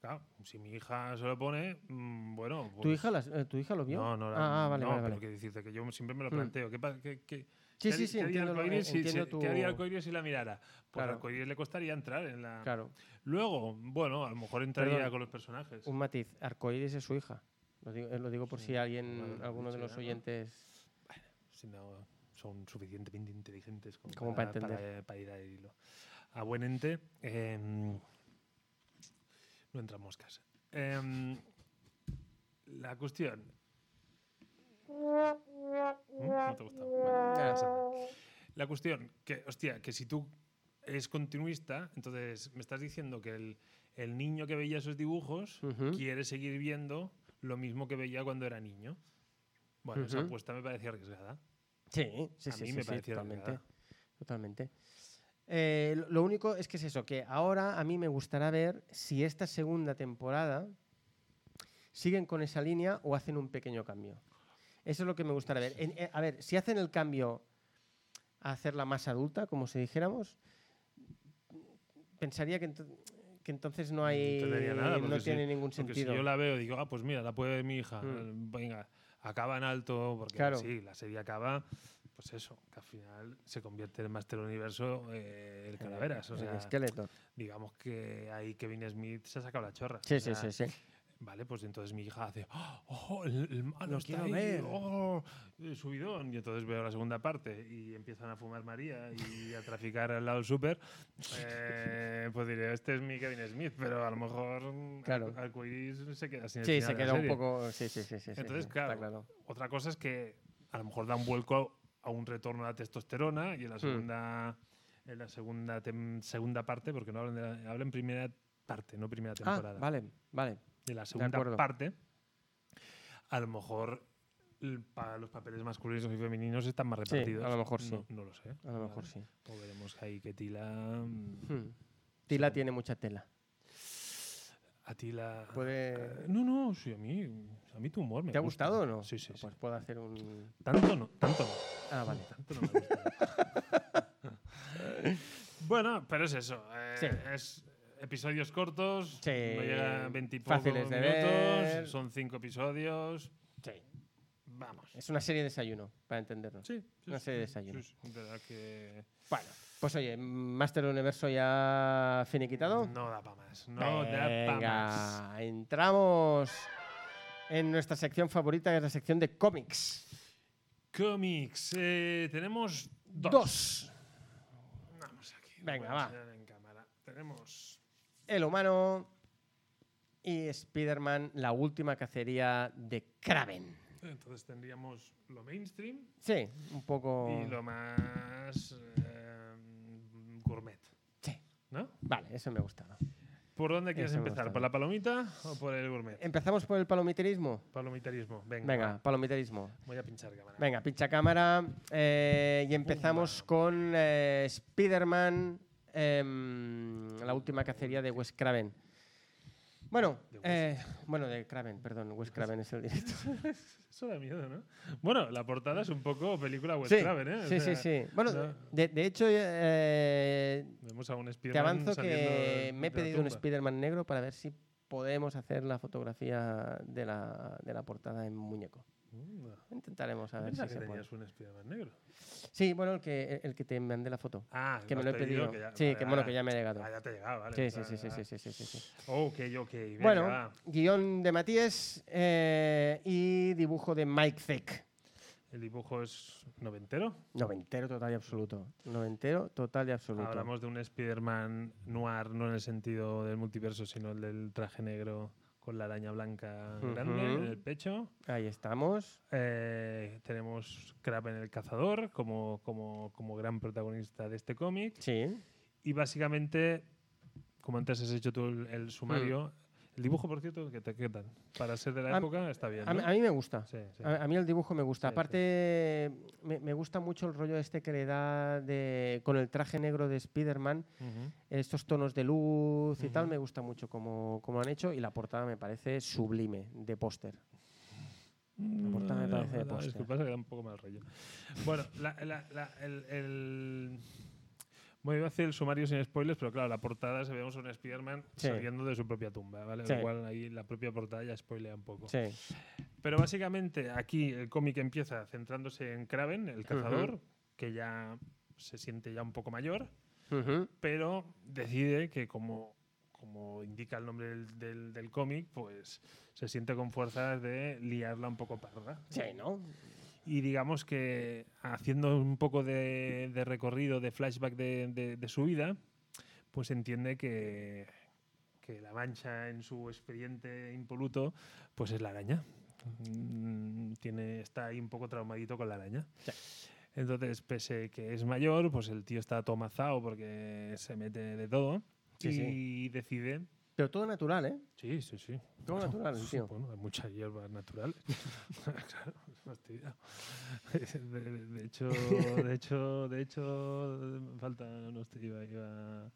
claro, si mi hija se lo pone, mm, bueno. ¿Tu pues- hija, las- eh, ¿Tu hija lo vio? No, no, la- Ah, ah, vale, no, vale, pero vale. que decirte que yo siempre me lo Hmm. planteo. ¿Qué, pa- qué- qué- Sí, qué sí, haría- sí, qué haría entiendo, lo- Alcoiris si, entiendo se- tu... qué haría Alcoiris si la mirara? Pues Claro. al Alcoiris le costaría entrar en la... Claro, Luego, bueno, a lo mejor entraría Perdón. con los personajes. un matiz. Arcoiris es su hija. Lo digo, eh, lo digo por Sí, si alguien, bueno, alguno de los sí, ¿no? oyentes... Si no, son suficientemente inteligentes como, Como para Para, para ir al hilo. A buen ente, em, no entran moscas. Em, la cuestión. ¿Mm? No te ha gustado. Vale, Ah, pasa nada. La cuestión, que, hostia, que si tú eres continuista, entonces me estás diciendo que el, el niño que veía esos dibujos Ujú. quiere seguir viendo lo mismo que veía cuando era niño. Bueno, esa Ujú. apuesta me parecía arriesgada. Sí, sí, A sí, mí sí, me sí, pareció totalmente. arriesgada. Totalmente. Eh, lo- lo único es que es eso, que ahora a mí me gustará ver si esta segunda temporada siguen con esa línea o hacen un pequeño cambio. Eso es lo que me gustará ver. En- eh, a ver, si hacen el cambio a hacerla más adulta, como si dijéramos, pensaría que, ento- que entonces no hay, entendería nada, no porque si- tiene ningún Porque sentido. si yo la veo, digo, ah, pues mira, la puede ver mi hija. Mm. eh, Venga, acaba en alto, porque Claro. sí, la serie acaba, pues eso, que al final se convierte en Master Universo eh, el Calaveras. O El sea, esqueleto. digamos que ahí Kevin Smith se ha sacado la chorra. Sí, O sí, sea, sí, sí. Vale, pues entonces mi hija hace, "Ah, ¡oh, el, el malo Lo está quiero ahí, ver". ¡oh, eh, subidón! Y entonces veo la segunda parte y empiezan a fumar María y a traficar al lado del súper. Eh, pues diré, este es mi Kevin Smith, pero a lo mejor mm, Claro. Arco- Arcoiris se queda sin el Sí, final se de la queda un serie. poco. Sí, sí, sí. sí, sí, Entonces, sí, está claro, claro. Otra cosa es que a lo mejor da un vuelco a un retorno a la testosterona y en la Hmm. segunda, en la segunda, tem- segunda parte, porque no hablan, de la- hablan primera parte, no primera temporada. Ah, vale, vale. de la segunda acuerdo. parte, a lo mejor l- pa- los papeles masculinos y femeninos están más Sí, a lo repartidos. mejor sí. No, no lo sé. A lo mejor sí. O veremos ahí que Tila. mm, Hmm. Tila tiene mucha tela. A Tila. Puede... Eh, No, no, sí, a mí, a mí tu humor me ¿Te ha gusta. gustado o no? Sí, sí, sí. Pues puedo hacer un... Tanto no, tanto no. Ah, vale. Tanto no me ha gustado. (laughs) bueno, pero es eso. eh, Sí. Es episodios cortos. Sí. No llega a 20 y poco Fáciles de minutos. ver. Son cinco episodios. Vamos. Es una serie de desayuno, para entendernos. Sí, Una serie de desayuno. Sí, sí, de verdad que Bueno, pues oye, Master Universo ya finiquitado. No da para más. No da para más. Venga, entramos en nuestra sección favorita, que es la sección de cómics. Cómics. eh, tenemos dos. Dos. Vamos aquí. Venga, voy a va. enseñar en cámara. Tenemos. El humano y Spider-Man, la última cacería de Kraven. Entonces tendríamos lo mainstream Sí, un poco. y lo más eh, gourmet. Sí. ¿No? Vale, eso me gustaba. ¿Por dónde quieres Eso me empezar? gusta. ¿Por la palomita o por el gourmet? ¿Empezamos por el palomiterismo? Palomitarismo. Venga. Venga, va. palomiterismo. Voy a pinchar cámara. Venga, pincha cámara. eh, y empezamos con eh, Spider-Man, em, la última cacería de Wes Craven. Bueno, De Wes. eh, bueno, de Craven, perdón, Wes Craven es el director. Eso da miedo, ¿no? Bueno, la portada es un poco película Wes sí, Craven, ¿eh? O sí, sea, sí, sí. Bueno, no. de, de hecho, eh, Vemos a un te Spider-Man avanzo saliendo que de- me he de la pedido un tumba. Spider-Man negro para ver si podemos hacer la fotografía de la, de la portada en muñeco. Mm, no. Intentaremos a ver Pensaba si que se puede. tenías un Spider-Man negro. Sí, bueno, el que, el que te mandé la foto. Ah, Que me has lo he pedido. ya- sí, vale, que bueno, ah, que ya me ha llegado. Ah, ya te ha llegado, vale. Sí, o sí, sea, sí, sí, ah. sí, sí, sí, sí, sí. Ok, ok. venga, Bueno, va. guión de Matías eh, y dibujo de Mike Zeck. El dibujo es noventero. Noventero total y absoluto. Noventero total y absoluto. Hablamos de un Spider-Man noir, no en el sentido del multiverso, sino el del traje negro con la araña blanca grande en Ujú. el pecho. Ahí estamos. Eh, tenemos Kraven el cazador como, como, como gran protagonista de este cómic. Sí. Y básicamente, como antes has hecho tú el, el sumario, el dibujo, por cierto, ¿qué, te- qué tal? Para ser de la Mm. A- época está bien. A, mí- ¿no? a mí me gusta. Sí, sí. A, a mí el dibujo me gusta. Sí, sí. Aparte, me, me gusta mucho el rollo este que le da de, con el traje negro de Spider-Man. Ujú. Estos tonos de luz y tal Ujú. me gusta mucho como, como han hecho. Y la portada me parece sublime de póster. Mm, portada me no, parece de no, Es que póster. pasa que da un poco mal rollo. Bueno, la, la- la- el, el- Bueno, iba a hacer el sumario sin spoilers, pero claro, la portada se vemos a un Spider-Man Sí. saliendo de su propia tumba, ¿vale? Sí. Lo cual ahí la propia portada ya spoilea un poco. Sí. Pero básicamente aquí el cómic empieza centrándose en Kraven, el cazador, que ya se siente ya un poco mayor, Ujú. pero decide que como, como indica el nombre del, del- del cómic, pues se siente con fuerzas de liarla un poco parda. Sí, ¿no? Y digamos que haciendo un poco de, de recorrido, de flashback de, de- de su vida, pues entiende que, que la mancha en su expediente impoluto, pues es la araña. Mm, Tiene, está ahí un poco traumadito con la araña. Sí. Entonces, pese que es mayor, pues el tío está tomazado porque se mete de todo Sí, y sí. decide... Pero todo natural, ¿eh? Sí, sí, sí. Todo natural, el tío. Bueno, hay muchas hierbas naturales. (laughs) claro, hostia. (laughs) De, de- de hecho, de hecho, de hecho, me falta, no sé, iba, iba-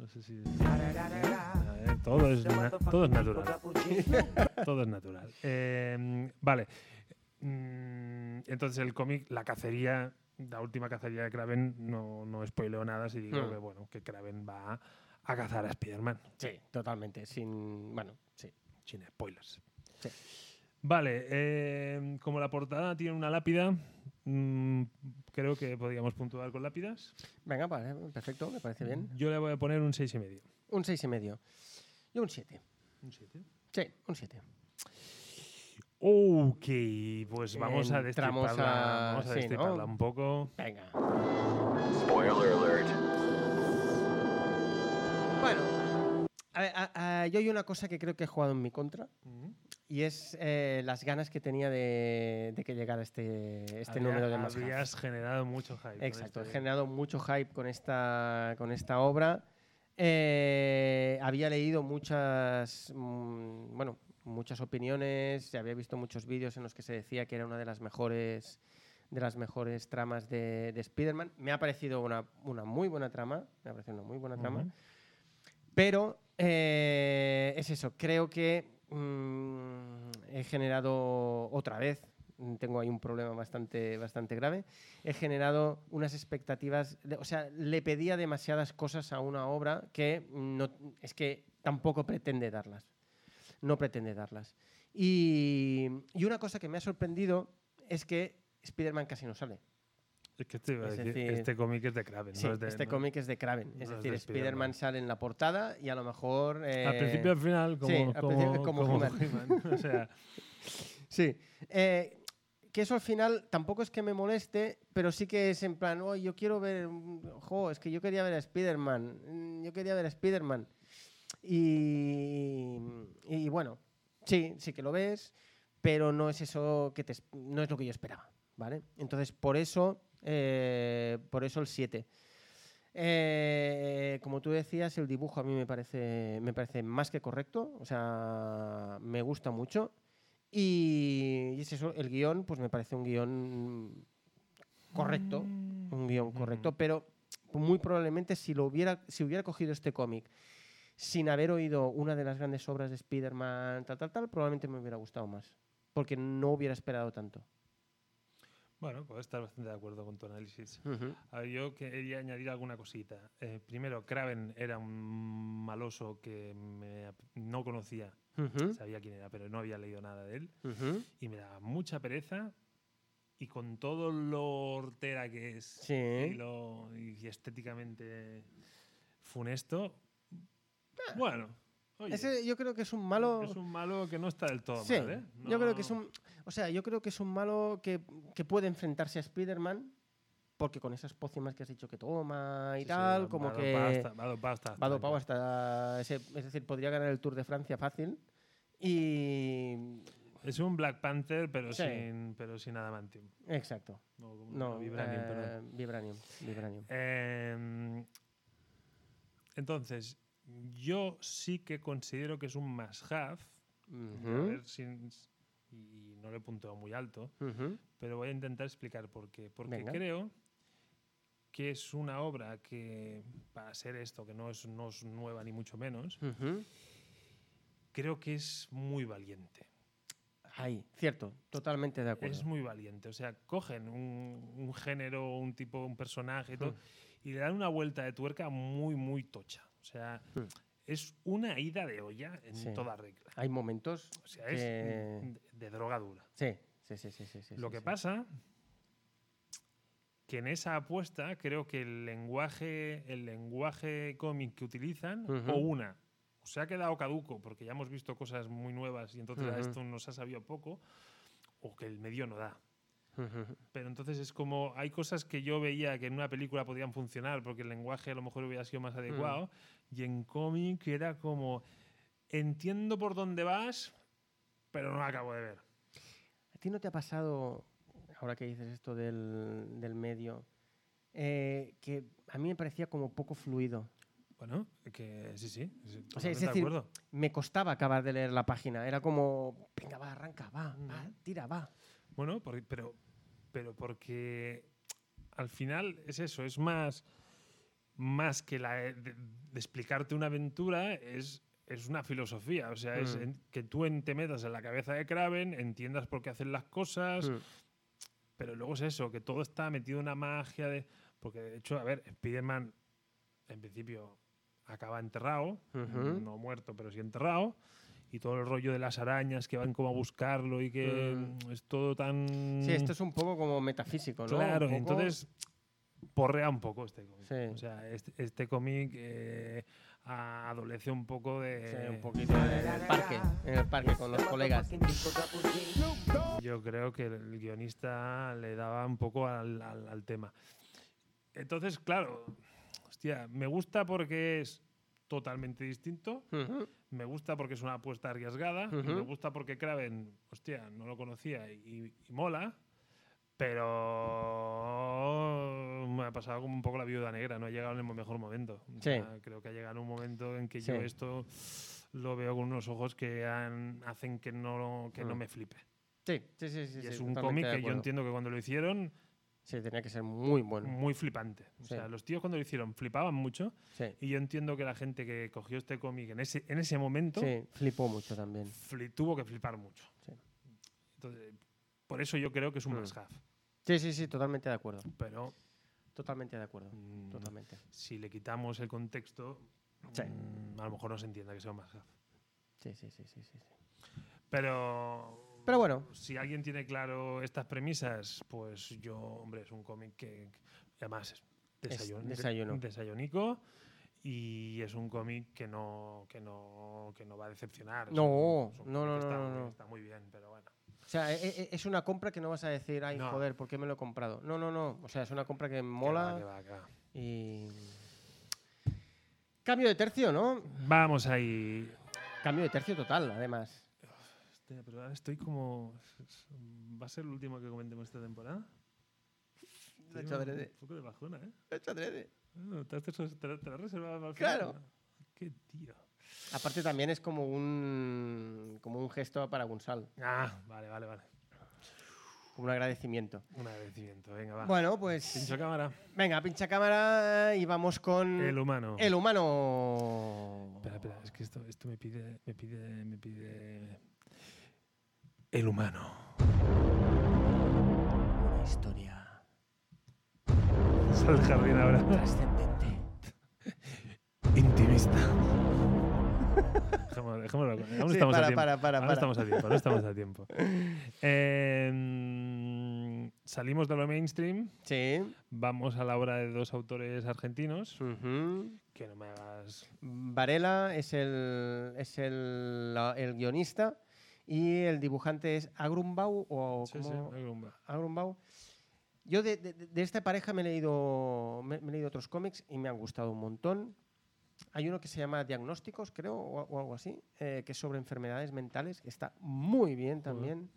no sé si... A ver, todo, es na- todo es natural. (laughs) Todo es natural. Eh, vale. Mm, Entonces el cómic, la cacería, la última cacería de Kraven, no, no spoileo nada si digo Mm. que, bueno, que Kraven va a cazar a Spider-Man. Sí, totalmente. Sin. Bueno, sí. Sin spoilers. Sí. Vale, eh, como la portada tiene una lápida, mm, creo que podríamos puntuar con lápidas. Venga, vale, perfecto, me parece bien. Yo le voy a poner un 6,5. Un 6,5. Y un 7. ¿Un 7? Sí, un 7. Ok, pues vamos a Entramos destriparla, a- vamos a sí, ¿no? destriparla un poco. Venga. Spoiler alert. Bueno, a ver, a- a- yo hay una cosa que creo que he jugado en mi contra. Y es eh, las ganas que tenía de, de que llegara este, este Habría- número de más. Habrías generado mucho hype. con Exacto, he este. generado mucho hype con esta, con esta obra. Eh, había leído muchas, mm, bueno, muchas opiniones, y había visto muchos vídeos en los que se decía que era una de las mejores, de las mejores tramas de, de Spider-Man. Me ha parecido una, una muy buena trama, me ha parecido una muy buena trama. Ujú. Pero eh, es eso, creo que mm, he generado otra vez, mm, tengo ahí un problema bastante, bastante grave, he generado unas expectativas, de- o sea, le pedía demasiadas cosas a una obra que no, es que tampoco pretende darlas, no pretende darlas. Y, y una cosa que me ha sorprendido es que Spider-Man casi no sale. Es que te iba a Es decir, decir- este cómic es de Kraven. Sí, no es de- este no- cómic es de Kraven, no es es de decir, Spider-Man. Spider-Man sale en la portada y a lo mejor... Al eh, principio y al final, como, al principio como He-Man. He-Man, (laughs) o sea, Sí. eh, que eso al final tampoco es que me moleste, pero sí que es en plan, oh, yo quiero ver. mm, Jo, es que yo quería ver a Spider-Man. mm, Yo quería ver a Spider-Man. Y, y bueno, sí, sí que lo ves, pero no es eso que te, no es lo que yo esperaba, ¿vale? Entonces, por eso, eh, por eso el 7. Eh, como tú decías, el dibujo a mí me parece, me parece más que correcto, o sea, me gusta mucho. Y, y es eso, el guión, pues me parece un guión correcto, mm, un guión correcto, pero muy probablemente si, lo hubiera, si hubiera cogido este cómic sin haber oído una de las grandes obras de Spider-Man, tal, tal, tal, probablemente me hubiera gustado más, porque no hubiera esperado tanto. Bueno, puedo estar bastante de acuerdo con tu análisis. A ver, yo quería añadir alguna cosita. Eh, primero, Kraven era un maloso que me ap- no conocía, Ujú. sabía quién era, pero no había leído nada de él. Ujú. Y me daba mucha pereza. Y con todo lo hortera que es Sí. y, lo, y estéticamente funesto, bueno, oye, Ah. Ese yo creo que es un malo. es un malo que no está del todo Sí, mal. ¿eh? yo creo No- que es un, o sea, yo creo que es un malo que, que puede enfrentarse a Spider-Man porque con esas pócimas que has dicho que toma y sí, sí, tal, va- como va que dopado hasta- va dopado hasta- va dopado hasta ese- es decir, podría ganar el Tour de Francia fácil y Es un Black Panther, pero, Sí. sin, pero sin adamantium. exacto. No, como- No, no, vibranium, eh, perdón. vibranium, vibranium. Em, entonces, yo sí que considero que es un must-have. A Ujú, ver si, y no lo he puntuado muy alto, ujú, pero voy a intentar explicar por qué. Porque Venga. creo que es una obra que, para ser esto, que no es, no es nueva ni mucho menos, ujú. creo que es muy valiente. Ahí, cierto, totalmente de acuerdo. Es muy valiente. O sea, cogen un, un género, un tipo, un personaje y todo, y le dan una vuelta de tuerca muy, muy tocha. O sea, Hmm. es una ida de olla en Sí. toda regla. Hay momentos O sea, es que- de, de droga dura. Sí, sí, sí, sí, sí, sí, Lo sí, que sí. pasa que en esa apuesta creo que el lenguaje, el lenguaje cómic que utilizan, Ujú. o una, se ha quedado caduco porque ya hemos visto cosas muy nuevas y entonces a Ujú. esto nos ha sabido poco, o que el medio no da. Ujú. Pero entonces es como, hay cosas que yo veía que en una película podían funcionar porque el lenguaje a lo mejor hubiera sido Mm. más adecuado. Y en cómic era como, entiendo por dónde vas, pero no lo acabo de ver. ¿A ti no te ha pasado, ahora que dices esto del, del medio, eh, que a mí me parecía como poco fluido? Bueno, que sí, sí. sí, O sea, es totalmente de decir, acuerdo. Me costaba acabar de leer la página. Era como, venga, va, arranca, va, va, Ujú. tira, va. Bueno, por- pero, pero porque al final es eso, es más, más que la de, de explicarte una aventura, es, es una filosofía. O sea, es Mm. en- que tú en- te metas en la cabeza de Kraven, entiendas por qué hacen las cosas, Mm. pero luego es eso, que todo está metido en una magia de. Porque de hecho, a ver, Spider-Man en principio acaba enterrado, Ujú. no muerto, pero sí enterrado. Y todo el rollo de las arañas que van como a buscarlo y que Mm. mm, es todo tan. Sí, esto es un poco como metafísico, ¿no? Un mm. Claro, poco- entonces porrea un poco este cómic. Sí. O sea, este, este cómic eh, a- adolece un poco de. Sí, eh, un poquito en el parque, en el parque con los colegas. Yo creo que el guionista le daba un poco al, al- al tema. Entonces, claro, hostia, me gusta porque es totalmente distinto. Ujú. Me gusta porque es una apuesta arriesgada. y Me Ujú. gusta porque Kraven, hostia, no lo conocía y, y mola. Pero me ha pasado como un poco la viuda negra, no ha llegado en el mejor momento. O Sí. sea, creo que ha llegado en un momento en que yo Sí. esto lo veo con unos ojos que han- hacen que no, que no Mm. me flipe. Sí, sí, sí, sí. Y sí, es un totalmente cómic de que yo acuerdo. entiendo Mm. que cuando lo hicieron, Sí, tenía que ser muy bueno. muy flipante. O Sí. sea, los tíos cuando lo hicieron flipaban mucho. Sí, Y yo entiendo que la gente que cogió este cómic en ese, en ese momento sí, flipó mucho también. fli- tuvo que flipar mucho. Sí. Entonces, por eso yo creo que es un Mm. must-have. Sí, sí, sí, totalmente de acuerdo. Pero Totalmente de acuerdo. mm, Totalmente. si le quitamos el contexto, Sí. mm, a lo mejor no se entienda que sea un must-have. Sí, sí, sí, sí, sí. sí. Pero. Pero bueno. Si alguien tiene claro estas premisas, pues yo, hombre, es un cómic que. que además, es desayu- de- desayuno. Desayunico. Y es un cómic que no, que no, que no va a decepcionar. No, es un no, cómic no, que está, no, muy- no. está muy bien, pero bueno. O sea, e- e- es una compra que no vas a decir, ay, No. joder, ¿por qué me lo he comprado? No, no, no. O sea, es una compra que que mola va, que va, que va. y... Cambio de tercio, ¿no? Vamos ahí. Cambio de tercio total, además. Este Hostia, pero ahora estoy como. ¿Va a ser el último que comentemos esta temporada? Lo Estoy he hecho un- adrede. Un poco de bajona, ¿eh? Lo he hecho adrede. No, te, has, te lo- te lo has reservado para el Claro. final. Qué tío. Aparte también es como un, como un gesto para Gunsal, Ah, vale, vale, vale. como un agradecimiento. Un agradecimiento, venga, va. Bueno, pues Pincho cámara. venga, pincha cámara y vamos con El humano. Mm, el humano. Espera, espera, es que esto, esto me pide. Me pide. Me pide. El humano. Una historia Sal del jardín ahora. trascendente. (laughs) Intimista. Dejémoslo, dejémoslo, aún Sí, estamos para, a tiempo. para, para, Ahora para. estamos a tiempo, ahora estamos a (laughs) tiempo. Eh, salimos de lo mainstream, Sí. vamos a la obra de dos autores argentinos. Ujú. Que no me hagas. Varela es el, es el, la- el guionista y el dibujante es Agrumbau o Sí, sí, como- me agrumba. Agrumbau. Yo de, de- de esta pareja me he leído, me, me he leído otros cómics y me han gustado un montón. Hay uno que se llama Diagnósticos, creo, o, a- o algo así, eh, que es sobre enfermedades mentales, que está muy bien también.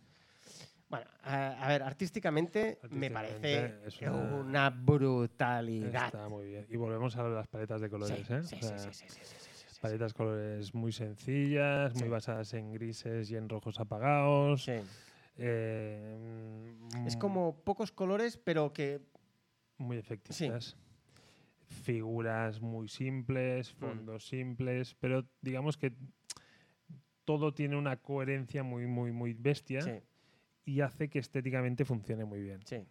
Bueno, a, a ver, artísticamente, me Artísticamente parece es una, una- brutalidad. Está muy bien. Y volvemos a las paletas de Sí, colores, ¿eh? sí, O sí, sea, sí, sí, sí, sí, sí, sí, sí. Paletas colores muy sencillas, muy Sí. basadas en grises y en rojos apagados. Sí. Eh, Es mm, como pocos colores, pero que muy efectivas. Figuras muy simples, Mm. fondos simples, pero digamos que todo tiene una coherencia muy, muy, muy bestia sí, y hace que estéticamente funcione muy bien. sí.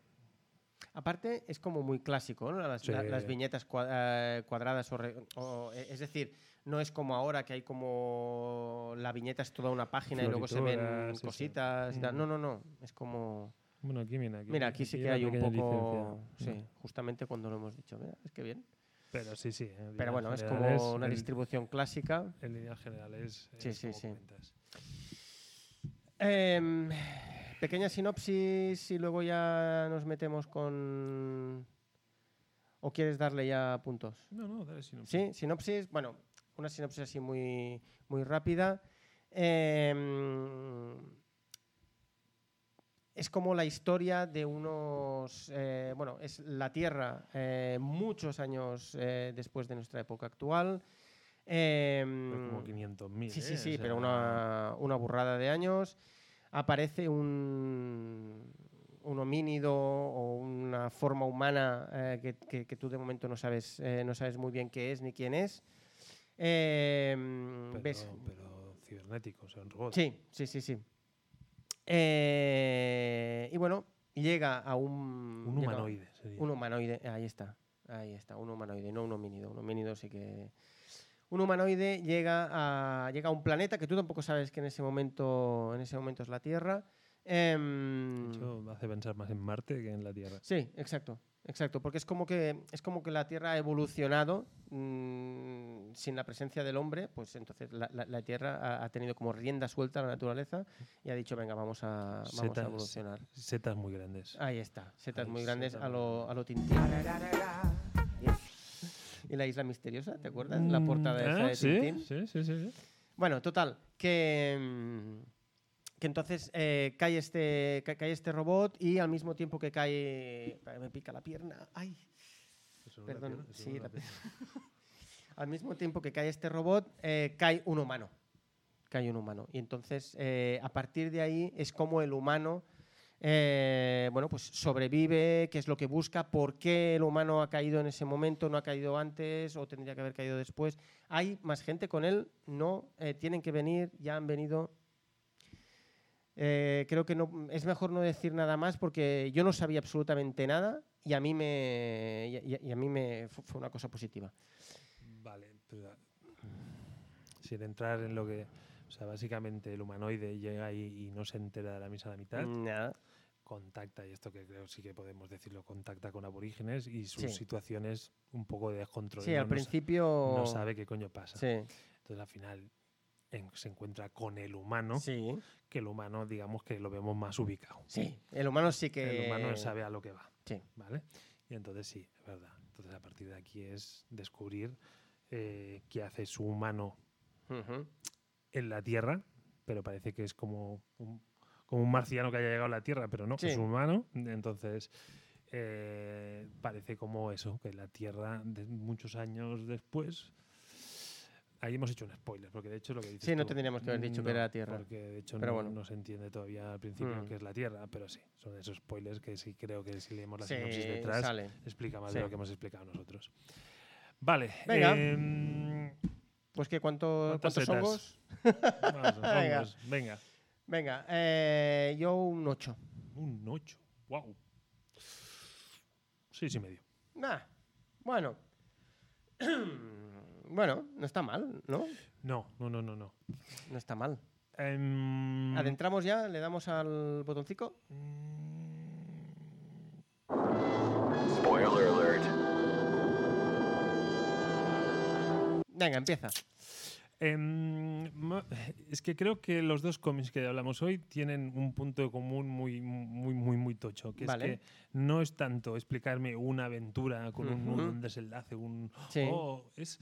Aparte, es como muy clásico, ¿no? Las, Sí. la- las viñetas cua- eh, cuadradas. O re- o- e- es decir, no es como ahora que hay como. La viñeta es toda una página y luego se ven Florituras, sí, sí. cositas y tal. Mm. No, no, no. Es como. Bueno, aquí mira. Aquí, Mira, aquí sí que una hay un pequeña poco. licencia. Sí, justamente cuando lo hemos dicho. Mira, es que bien. Pero sí, sí. en líneas Pero bueno, es generales, como una en- distribución clásica. En líneas generales. Sí, es sí, como sí. comentas. Em, pequeña sinopsis y luego ya nos metemos con. ¿O quieres darle ya puntos? No, no, dale sinopsis. Sí, sinopsis. Bueno, una sinopsis así muy, muy rápida. Em, es como la historia de unos. eh, bueno, es la Tierra eh, muchos años eh, después de nuestra época actual. Em, Pero Como 500.000. Sí, ¿eh? sí, O sí, sea, pero una, una burrada de años. Aparece un, un homínido o una forma humana eh, que, que- que tú de momento no sabes, eh, no sabes muy bien qué es ni quién es. Em, Pero, ves- pero cibernético, o sea, un robot. Sí, sí, sí, sí. Eh, y bueno, llega a un... Un llega- humanoide. sería. un humanoide, ahí está, ahí está, un humanoide, no un homínido, un homínido sí que... Un humanoide llega a, llega a un planeta que tú tampoco sabes que en ese momento, en ese momento es la Tierra. Em, De hecho, hace pensar más en Marte que en la Tierra. sí, exacto, exacto, porque es como que, es como que la Tierra ha evolucionado mm, sin la presencia del hombre, pues entonces la, la- la Tierra ha, ha tenido como rienda suelta a la naturaleza y ha dicho, venga, vamos a, vamos a Setas- evolucionar. Setas muy grandes. Ahí está, setas Ahí, muy grandes setas a muy lo, a lo Tintín. ¿Y la isla misteriosa? ¿Te acuerdas? La Mm, portada esa ah, de ¿sí? Tintín. Sí, sí, sí. sí. Bueno, total, que, mm, que entonces eh, cae, este, ca- cae este robot y al mismo tiempo que cae... Espera, Me pica la pierna. Ay. Eso no es Perdón, eso sí, no es la pierna. Al mismo tiempo que cae este robot, eh, cae un humano. Cae un humano. Y entonces, eh, a partir de ahí, es como el humano eh, bueno, pues sobrevive, qué es lo que busca, por qué el humano ha caído en ese momento, no ha caído antes o tendría que haber caído después. Hay más gente con él, no, eh, tienen que venir, ya han venido. Eh, creo que no, es mejor no decir nada más porque yo no sabía absolutamente nada y a mí me, y a- y a mí me fu- fue una cosa positiva. Vale, pero, ah, sin entrar en lo que. O sea, básicamente el humanoide llega y, y no se entera de la misa a la mitad. Nada. Contacta, y esto que creo sí que podemos decirlo, contacta con aborígenes y sus Sí. situaciones un poco de descontrol. Sí, no- al no sa- principio. No sabe qué coño pasa. Sí, Entonces al final en- se encuentra con el humano, sí, que el humano digamos que lo vemos más ubicado. sí. El humano sí El que. humano sabe a lo que va, Sí. ¿vale? Y entonces sí, es verdad. Entonces a partir de aquí es descubrir eh, qué hace su humano Ujú. en la Tierra, pero parece que es como un, como un marciano que haya llegado a la Tierra, pero no, Sí. es humano. Entonces, eh, parece como eso, que la Tierra, de muchos años después. Ahí hemos hecho un spoiler, porque de hecho lo que dices Sí, no tú, tendríamos que haber dicho que era la Tierra. Porque de hecho Pero no, bueno. no se entiende todavía al principio Mm. que es la Tierra, pero sí, son esos spoilers que sí creo que si leemos la Sí, sinopsis detrás sale. explica más Sí. de lo que hemos explicado nosotros. Vale. Venga. em, Pues que cuánto, ¿Cuántas cuántos setas? hongos. vamos, (laughs) Venga. vamos, venga. Venga, eh, yo un 8. Un 8. Wow. Sí, sí, medio. Nah, bueno. (clears throat) bueno, no está mal, ¿no? No, no, no, no, no. No está mal. Em, Adentramos ya, le damos al botoncito. Spoiler alert. Venga, empieza. Em, ma- es que creo que los dos cómics que hablamos hoy tienen un punto común muy, muy, muy, muy tocho, que Vale. es que no es tanto explicarme una aventura con un nudo, Ujú. un desenlace, un... Sí. Oh, es,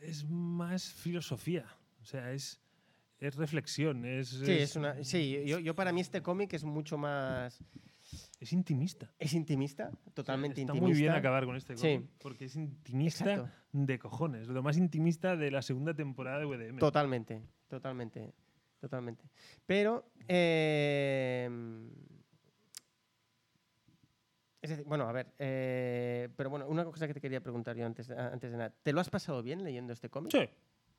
es más filosofía, o sea, es, es reflexión, es, Sí, es una, sí yo, yo para mí este cómic es mucho más... es intimista. Es intimista, totalmente Está intimista. muy bien acabar con este Sí. cómic, porque es intimista Exacto. de cojones, lo más intimista de la segunda temporada de WDM. Totalmente, totalmente, totalmente. Pero, eh, es decir, bueno, a ver, eh, pero bueno, una cosa que te quería preguntar yo antes, a- antes de nada. ¿Te lo has pasado bien leyendo este cómic? Sí.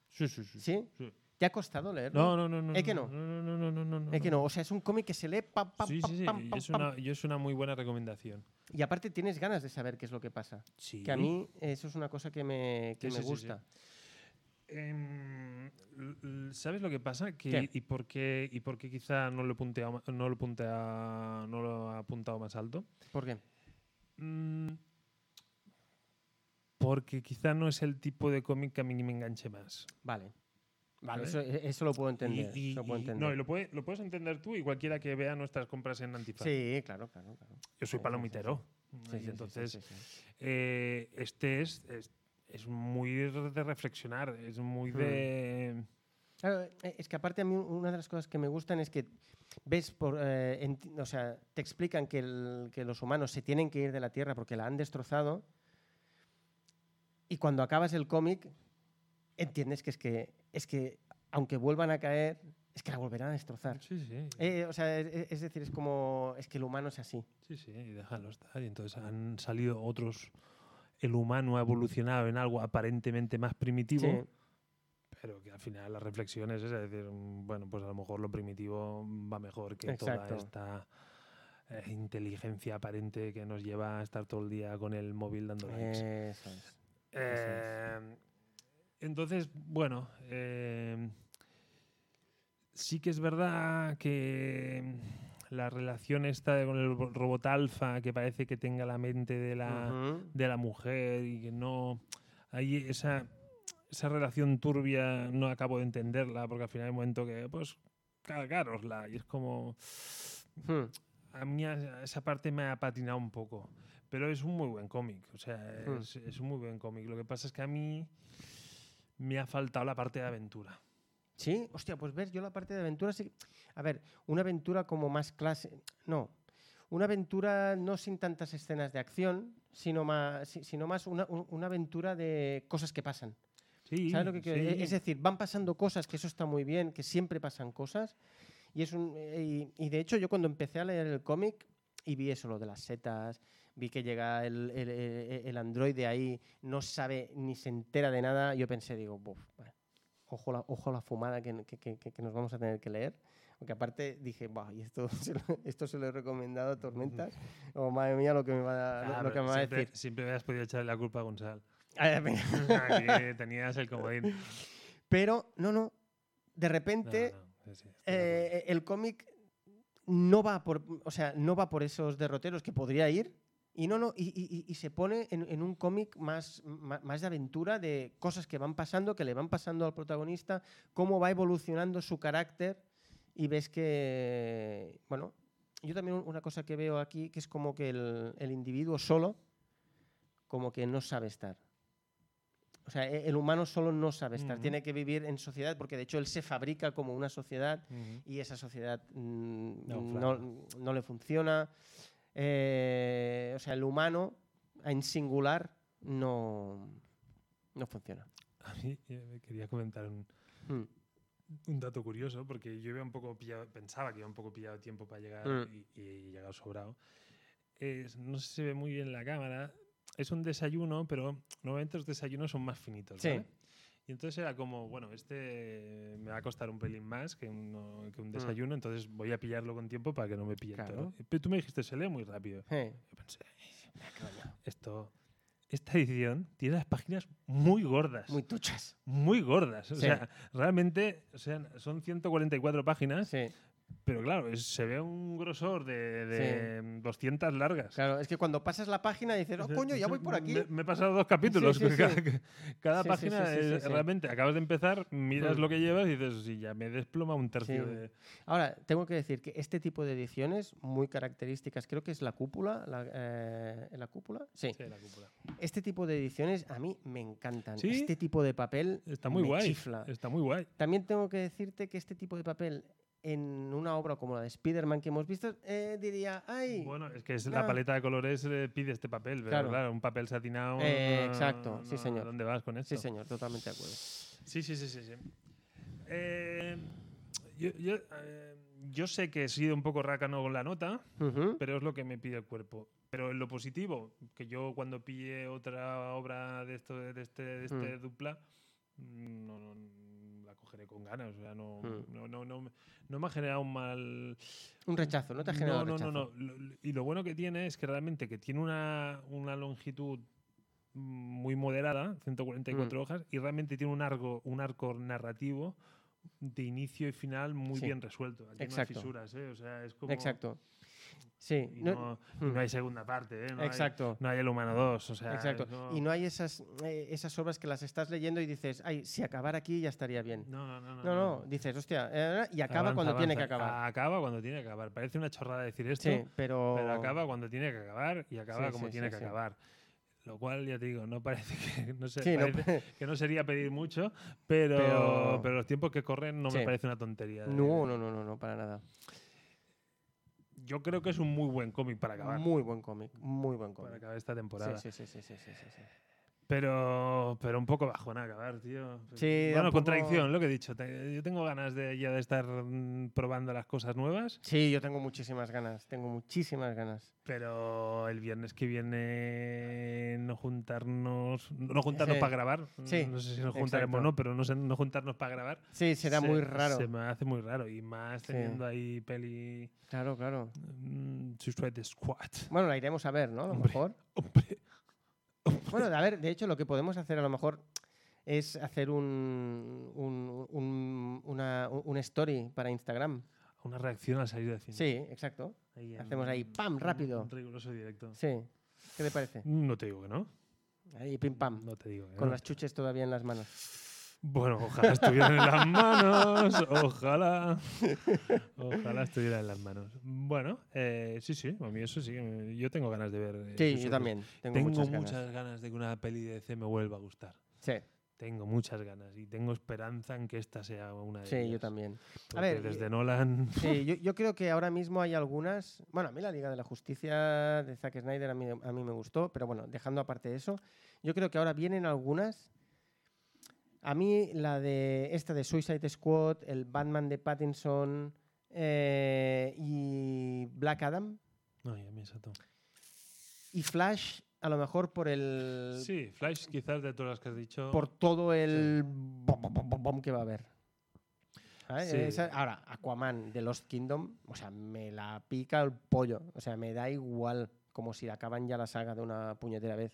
Sí, sí, sí. ¿Sí? Sí. ¿Te ha costado leerlo? No, no, no, no. Es que no. No, no, no, no, no, no. Es que no, o sea, es un cómic que se lee pam, pam, Sí, pam, sí, sí. pam, Y pam, es, pam. una, y es una muy buena recomendación. Y aparte tienes ganas de saber qué es lo que pasa. Sí. Que a mí eso es una cosa que me, que Sí, sí, sí, me sí. gusta. Em, l- l- ¿Sabes lo que pasa? Que, ¿Qué? Y por qué y por qué quizá no lo he punteado ma- no lo he puntea- no lo he apuntado más alto. ¿Por qué? Mm, porque quizá no es el tipo de cómic que a mí me enganche más. Vale. ¿Vale? Vale, eso, e, eso lo puedo entender. Y- y- eso lo puedo y- entender. no, y lo, puede- lo puedes entender tú y cualquiera que vea nuestras compras en Antifaz. Sí, claro, claro, claro. Yo Sí, sí, sí, soy palomitero. y Sí, sí, sí, sí, entonces, sí, sí. eh, este es, es, es muy de reflexionar, es muy de... Hmm. Claro, eh, es que aparte a mí una de las cosas que me gustan es que ves por, eh, enti- o sea, te explican que, el- que los humanos se tienen que ir de la Tierra porque la han destrozado y cuando acabas el cómic entiendes que es que es que aunque vuelvan a caer es que la volverán a destrozar. Sí, sí, Eh, o sea, es, es decir, es como es que el humano es así. sí, sí, y déjalo estar. Y entonces han salido otros... El humano ha evolucionado en algo aparentemente más primitivo, Sí. pero que al final la reflexión es esa, es decir, mm, bueno, pues a lo mejor lo primitivo va mejor que Exacto. toda esta eh, inteligencia aparente que nos lleva a estar todo el día con el móvil dando likes. Eso es. Eh, entonces, bueno, eh, sí que es verdad que mm, la relación esta de- con el ro- robot alfa, que parece que tenga la mente de la, Ujú. de la mujer y que no... Ahí esa, esa relación turbia no acabo de entenderla, porque al final hay un momento que, pues, cargarosla. Y es como... Hmm. A mí a- esa parte me ha patinado un poco. Pero es un muy buen cómic. O sea, Hmm. es, es un muy buen cómic. Lo que pasa es que a mí me ha faltado la parte de aventura. Sí, hostia, pues ves, yo la parte de aventura sí. A ver, una aventura como más clase. No. Una aventura no sin tantas escenas de acción, sino más, si- sino más una, un- una aventura de cosas que pasan. Sí, ¿Sabes lo que quiero decir? sí. Es decir, van pasando cosas, que eso está muy bien, que siempre pasan cosas. Y, es un, eh, y, y de hecho, yo cuando empecé a leer el cómic y vi eso, lo de las setas, vi que llega el, el, eh, el- el androide ahí, no sabe ni se entera de nada, yo pensé, digo, "Buf, vale, ojo, la, ojo la fumada que, que- que- que- que nos vamos a tener que leer. Porque aparte dije, "Buah, y esto (laughs) se lo, esto se lo he recomendado a (laughs) Tormentas. O madre mía, lo que me va, a- Ah, lo que pero me va a siempre, decir. Siempre me has podido echarle la culpa a (laughs) Gonzalo. A ver, venga. Aquí tenías el comodín. No, (laughs) Pero, no, no. De repente, no, sí, sí, estoy de acuerdo. eh, el cómic no va por o sea no va por esos derroteros que podría ir y no no y, y- y- y se pone en, en un cómic más, ma- más de aventura de cosas que van pasando que le van pasando al protagonista cómo va evolucionando su carácter y ves que bueno yo también una cosa que veo aquí que es como que el, el individuo solo como que no sabe estar O sea, e- el humano solo no sabe estar, Ujú. tiene que vivir en sociedad, porque de hecho él se fabrica como una sociedad Ujú. y esa sociedad mm, No, no, claro. no le funciona. Eh, o sea, el humano en singular no, no funciona. A mí eh, quería comentar un, Mm. un dato curioso, porque yo iba un poco pillado, pensaba que iba un poco pillado de tiempo para llegar Mm. y, y he llegado sobrado. Es- no se ve muy bien la cámara. Es un desayuno, pero normalmente los desayunos son más finitos. Sí. ¿vale? Y entonces era como, bueno, este me va a costar un pelín más que, uno- que un desayuno, entonces voy a pillarlo con tiempo para que no me pille Mm. Claro. entero. Pero tú me dijiste, se lee muy rápido. Eh, Yo pensé, (laughs) esto, esta edición tiene las páginas muy gordas muy tuchas. muy gordas. O Sí. sea, realmente o sea, son 144 páginas, Sí. pero claro, es- se ve un grosor de, de 200 largas. Claro, es que cuando pasas la página dices, oh, O sea, coño, ya o sea, voy por aquí. Me, me he pasado dos capítulos. Sí, sí, sí. Cada, cada Sí, sí, página sí, sí, es- sí, sí. realmente acabas de empezar, miras Mm. lo que llevas y dices, sí, ya me desploma un tercio Sí. de. Ahora, tengo que decir que este tipo de ediciones muy características, creo que es la cúpula, la, eh, ¿la cúpula? Sí. Sí, la cúpula. Este tipo de ediciones a mí me encantan. Sí. Este tipo de papel Está muy me guay. chifla. Está muy guay. También tengo que decirte que este tipo de papel en una obra como la de Spider-Man que hemos visto, eh, diría, ay, Bueno, es que es Ah. la paleta de colores eh, pide este papel, pero Claro. claro, un papel satinado. Eh, no- exacto, sí, no- señor. ¿Dónde vas con esto? sí señor, totalmente de acuerdo. Sí, sí, sí, sí. sí. Eh, yo, yo, eh, yo sé que he sido un poco rácano con la nota, Ujú. pero es lo que me pide el cuerpo. Pero en lo positivo, que yo cuando pille otra obra de, esto, de este, de este dupla, mm, no, no- la cogeré con ganas. O sea, no, Mm. no, no, no, me- no me ha generado un mal, Un rechazo, ¿no te ha generado no, rechazo? no, no, no. Lo- lo- Y lo bueno que tiene es que realmente que tiene una, una longitud mm, muy moderada, Mm. 144 hojas, y realmente tiene un arco, un arco narrativo de inicio y final muy Sí. bien resuelto. Aquí Exacto. no hay fisuras, ¿eh? O sea, es como... Exacto. Sí, y no- no, y no hay segunda parte, ¿eh? No hay- exacto. no hay el Humano 2, o sea... Exacto. es no- Y no hay esas, eh, esas obras que las estás leyendo y dices, ay, si acabara aquí ya estaría bien. No, no, no. no, No, no. no, dices, hostia, eh, y acaba Avanza, cuando tiene que avanza. acabar. Acaba cuando tiene que acabar. Parece una chorrada decir esto, sí, pero... Pero acaba cuando tiene que acabar y acaba Sí, como sí, tiene sí, que sí. acabar. Lo cual, ya te digo, no parece que no, sé, Sí, no- parece (laughs) que no sería pedir mucho, pero, Pero- pero... los tiempos que corren no Sí. me parece una tontería. no, no, no, no, no, para nada. Yo creo que es un muy buen cómic para acabar. Muy buen cómic, muy buen para cómic. acabar esta temporada. Sí, sí, sí, sí, sí, sí, sí, sí. Pero, pero un poco bajón acabar, tío. Sí, da bueno, un poco- contradicción, lo que he dicho. Te- Yo tengo ganas de ya de estar mm, probando las cosas nuevas, Sí, yo tengo muchísimas ganas, tengo muchísimas ganas. pero el viernes que viene no juntarnos, no juntarnos Sí. para grabar. Sí, No sé si nos juntaremos exacto. o no, pero no, sé- no juntarnos para grabar. Sí, será se- muy raro. Se me hace muy raro. Y más Sí. teniendo ahí peli Claro, claro. mm, Suicide Squad. (laughs) Bueno, la iremos a ver, ¿no? A lo Hombre. mejor. Hombre, Bueno, a ver, de hecho, lo que podemos hacer a lo mejor es hacer un, un, un- una, un story para Instagram. una reacción al salir del cine. Sí, exacto. Ahí hacemos ahí, ¡pam!, rápido. un Riguroso directo. Sí. ¿Qué te parece? No te digo que no. Ahí, pim pam. No te digo que Con no. las chuches todavía en las manos. Bueno, ojalá estuvieran en las manos. Ojalá. Ojalá estuvieran en las manos. Bueno, eh, sí, sí. A mí eso sí. que me- Yo tengo ganas de ver. eh, Sí, yo Suicide también. Tengo, Squad. Tengo muchas, muchas, ganas. ganas. de que una peli de DC me vuelva a gustar. Sí, Tengo muchas ganas y tengo esperanza en que esta sea una de sí, yo ellas. también. Porque ver, eh, desde y- Nolan. Sí, yo, yo creo que ahora mismo hay algunas. Bueno, a mí la Liga de la Justicia de Zack Snyder a mí, a mí me gustó, pero bueno, dejando aparte eso, yo creo que ahora vienen algunas. A mí la de esta de Suicide Squad, el Batman de Pattinson eh, y Black Adam No, ya me exacto. y Flash, a lo mejor por el Sí, Flash quizás de todas las que has dicho. eh, por todo el bom, bom, bom, bom, bom que va a haber. ¿Sabes? Sí. Esa- ahora, Aquaman de Lost Kingdom, o sea, me la pica el pollo. O sea, me da igual como si acaban ya la saga de una puñetera vez.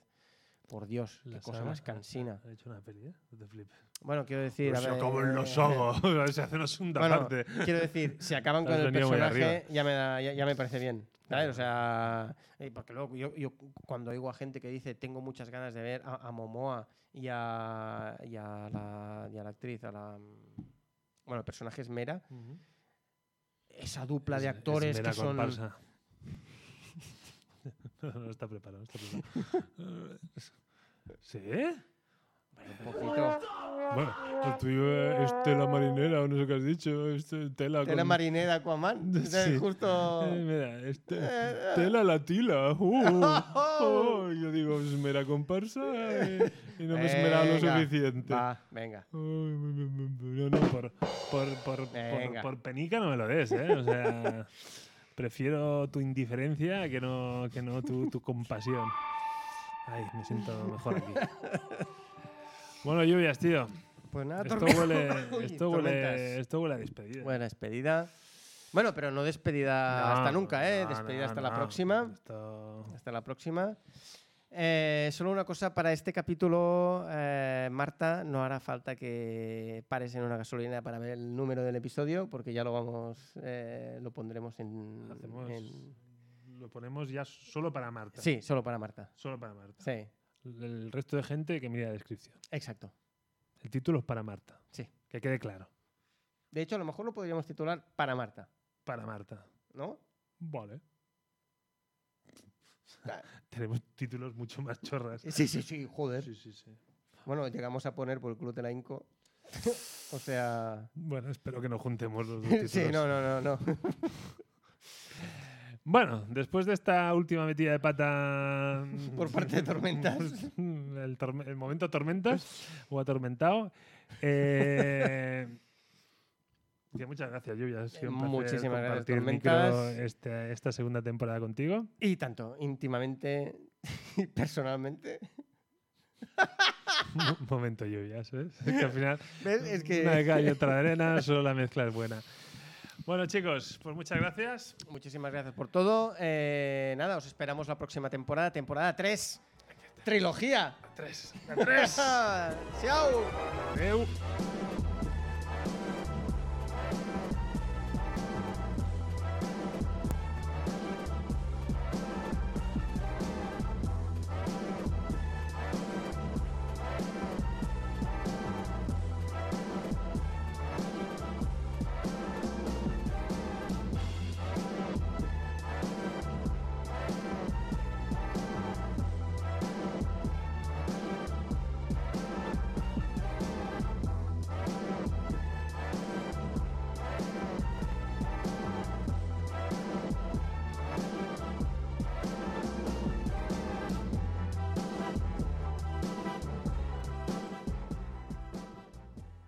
Por Dios, qué La cosa saga- más cansina. ¿Ha hecho una peli? ¿eh? No te flipes. Bueno, quiero decir. a Pues se ver, eh, acaban (laughs) los ojos. (laughs) se hace una segunda bueno, parte. quiero decir, (laughs) si acaban con Has el venido muy personaje, arriba. ya me, da- ya, ya me parece bien. ¿sabes? O sea, eh, porque luego yo, yo cuando oigo a gente que dice tengo muchas ganas de ver a, a Momoa y a, y a la, y a la actriz, a la. Bueno, el personaje es Mera, Ujú. esa dupla de Es- es actores mera que son. (laughs) comparsa. no, no está preparado, no está preparado. ¿Sí? Un poquito. Bueno, el tuyo es tela marinera o no sé qué has dicho. Es eh, tela, Tela con- marinera Aquaman. O (laughs) sea, Sí. (laughs) Justo. Eh, mira, es te- eh. tela la tila. uh, (laughs) oh, yo digo, es mera comparsa eh, y no me he esmerado lo Venga, suficiente. va, venga. Ay, No, no, por, por, por, por, Venga. por penica no me lo des, ¿eh? O sea, (laughs) prefiero tu indiferencia que no, que no tu, tu compasión. Ay, me siento mejor aquí. Bueno, lluvias, tío. Pues nada, Esto tormenta. huele, (laughs) (laughs) Uy, esto huele, tormentas. esto huele a despedida. Buena despedida. Bueno, pero no despedida No, hasta nunca, ¿eh? no, despedida no, hasta no. la próxima. Esto- Hasta la próxima. Eh, solo una cosa para este capítulo, eh, Marta, no hará falta que pares en una gasolina para ver el número del episodio, porque ya lo vamos, eh, lo pondremos en, Hacemos- en- Lo ponemos ya solo para Marta. Sí, solo para Marta. Solo para Marta. Sí, El resto de gente que mire la descripción. exacto. El título es para Marta. Sí. Que quede claro. De hecho, a lo mejor lo podríamos titular para Marta, Para Marta. ¿no? Vale. Ah. (laughs) Tenemos títulos mucho más chorras. Sí, sí, sí, joder. Sí, sí, sí. Bueno, llegamos a poner por el Club de la Inco. (laughs) o sea... Bueno, espero que no juntemos los dos títulos. sí, no, no, no, no. Bueno, después de esta última metida de pata. (laughs) Por parte de Tormentas. (laughs) El, torme- el momento tormentas o atormentado. (laughs) eh, que muchas gracias, Lluvia. Ha sido un placer Muchísimas gracias, compartir micro Tormentas. este- esta segunda temporada (laughs) contigo. Y tanto, íntimamente y personalmente. Un momento, Lluvia, ¿sabes? Que al final ¿Ves? Es que... Una de cal y otra de (laughs) arena, solo la mezcla es buena. Bueno, chicos, pues muchas gracias. Muchísimas gracias por todo. Eh, nada, os esperamos la próxima temporada, temporada 3. Trilogía. Ah, A tres. A tres. ¡Chao! Adeu.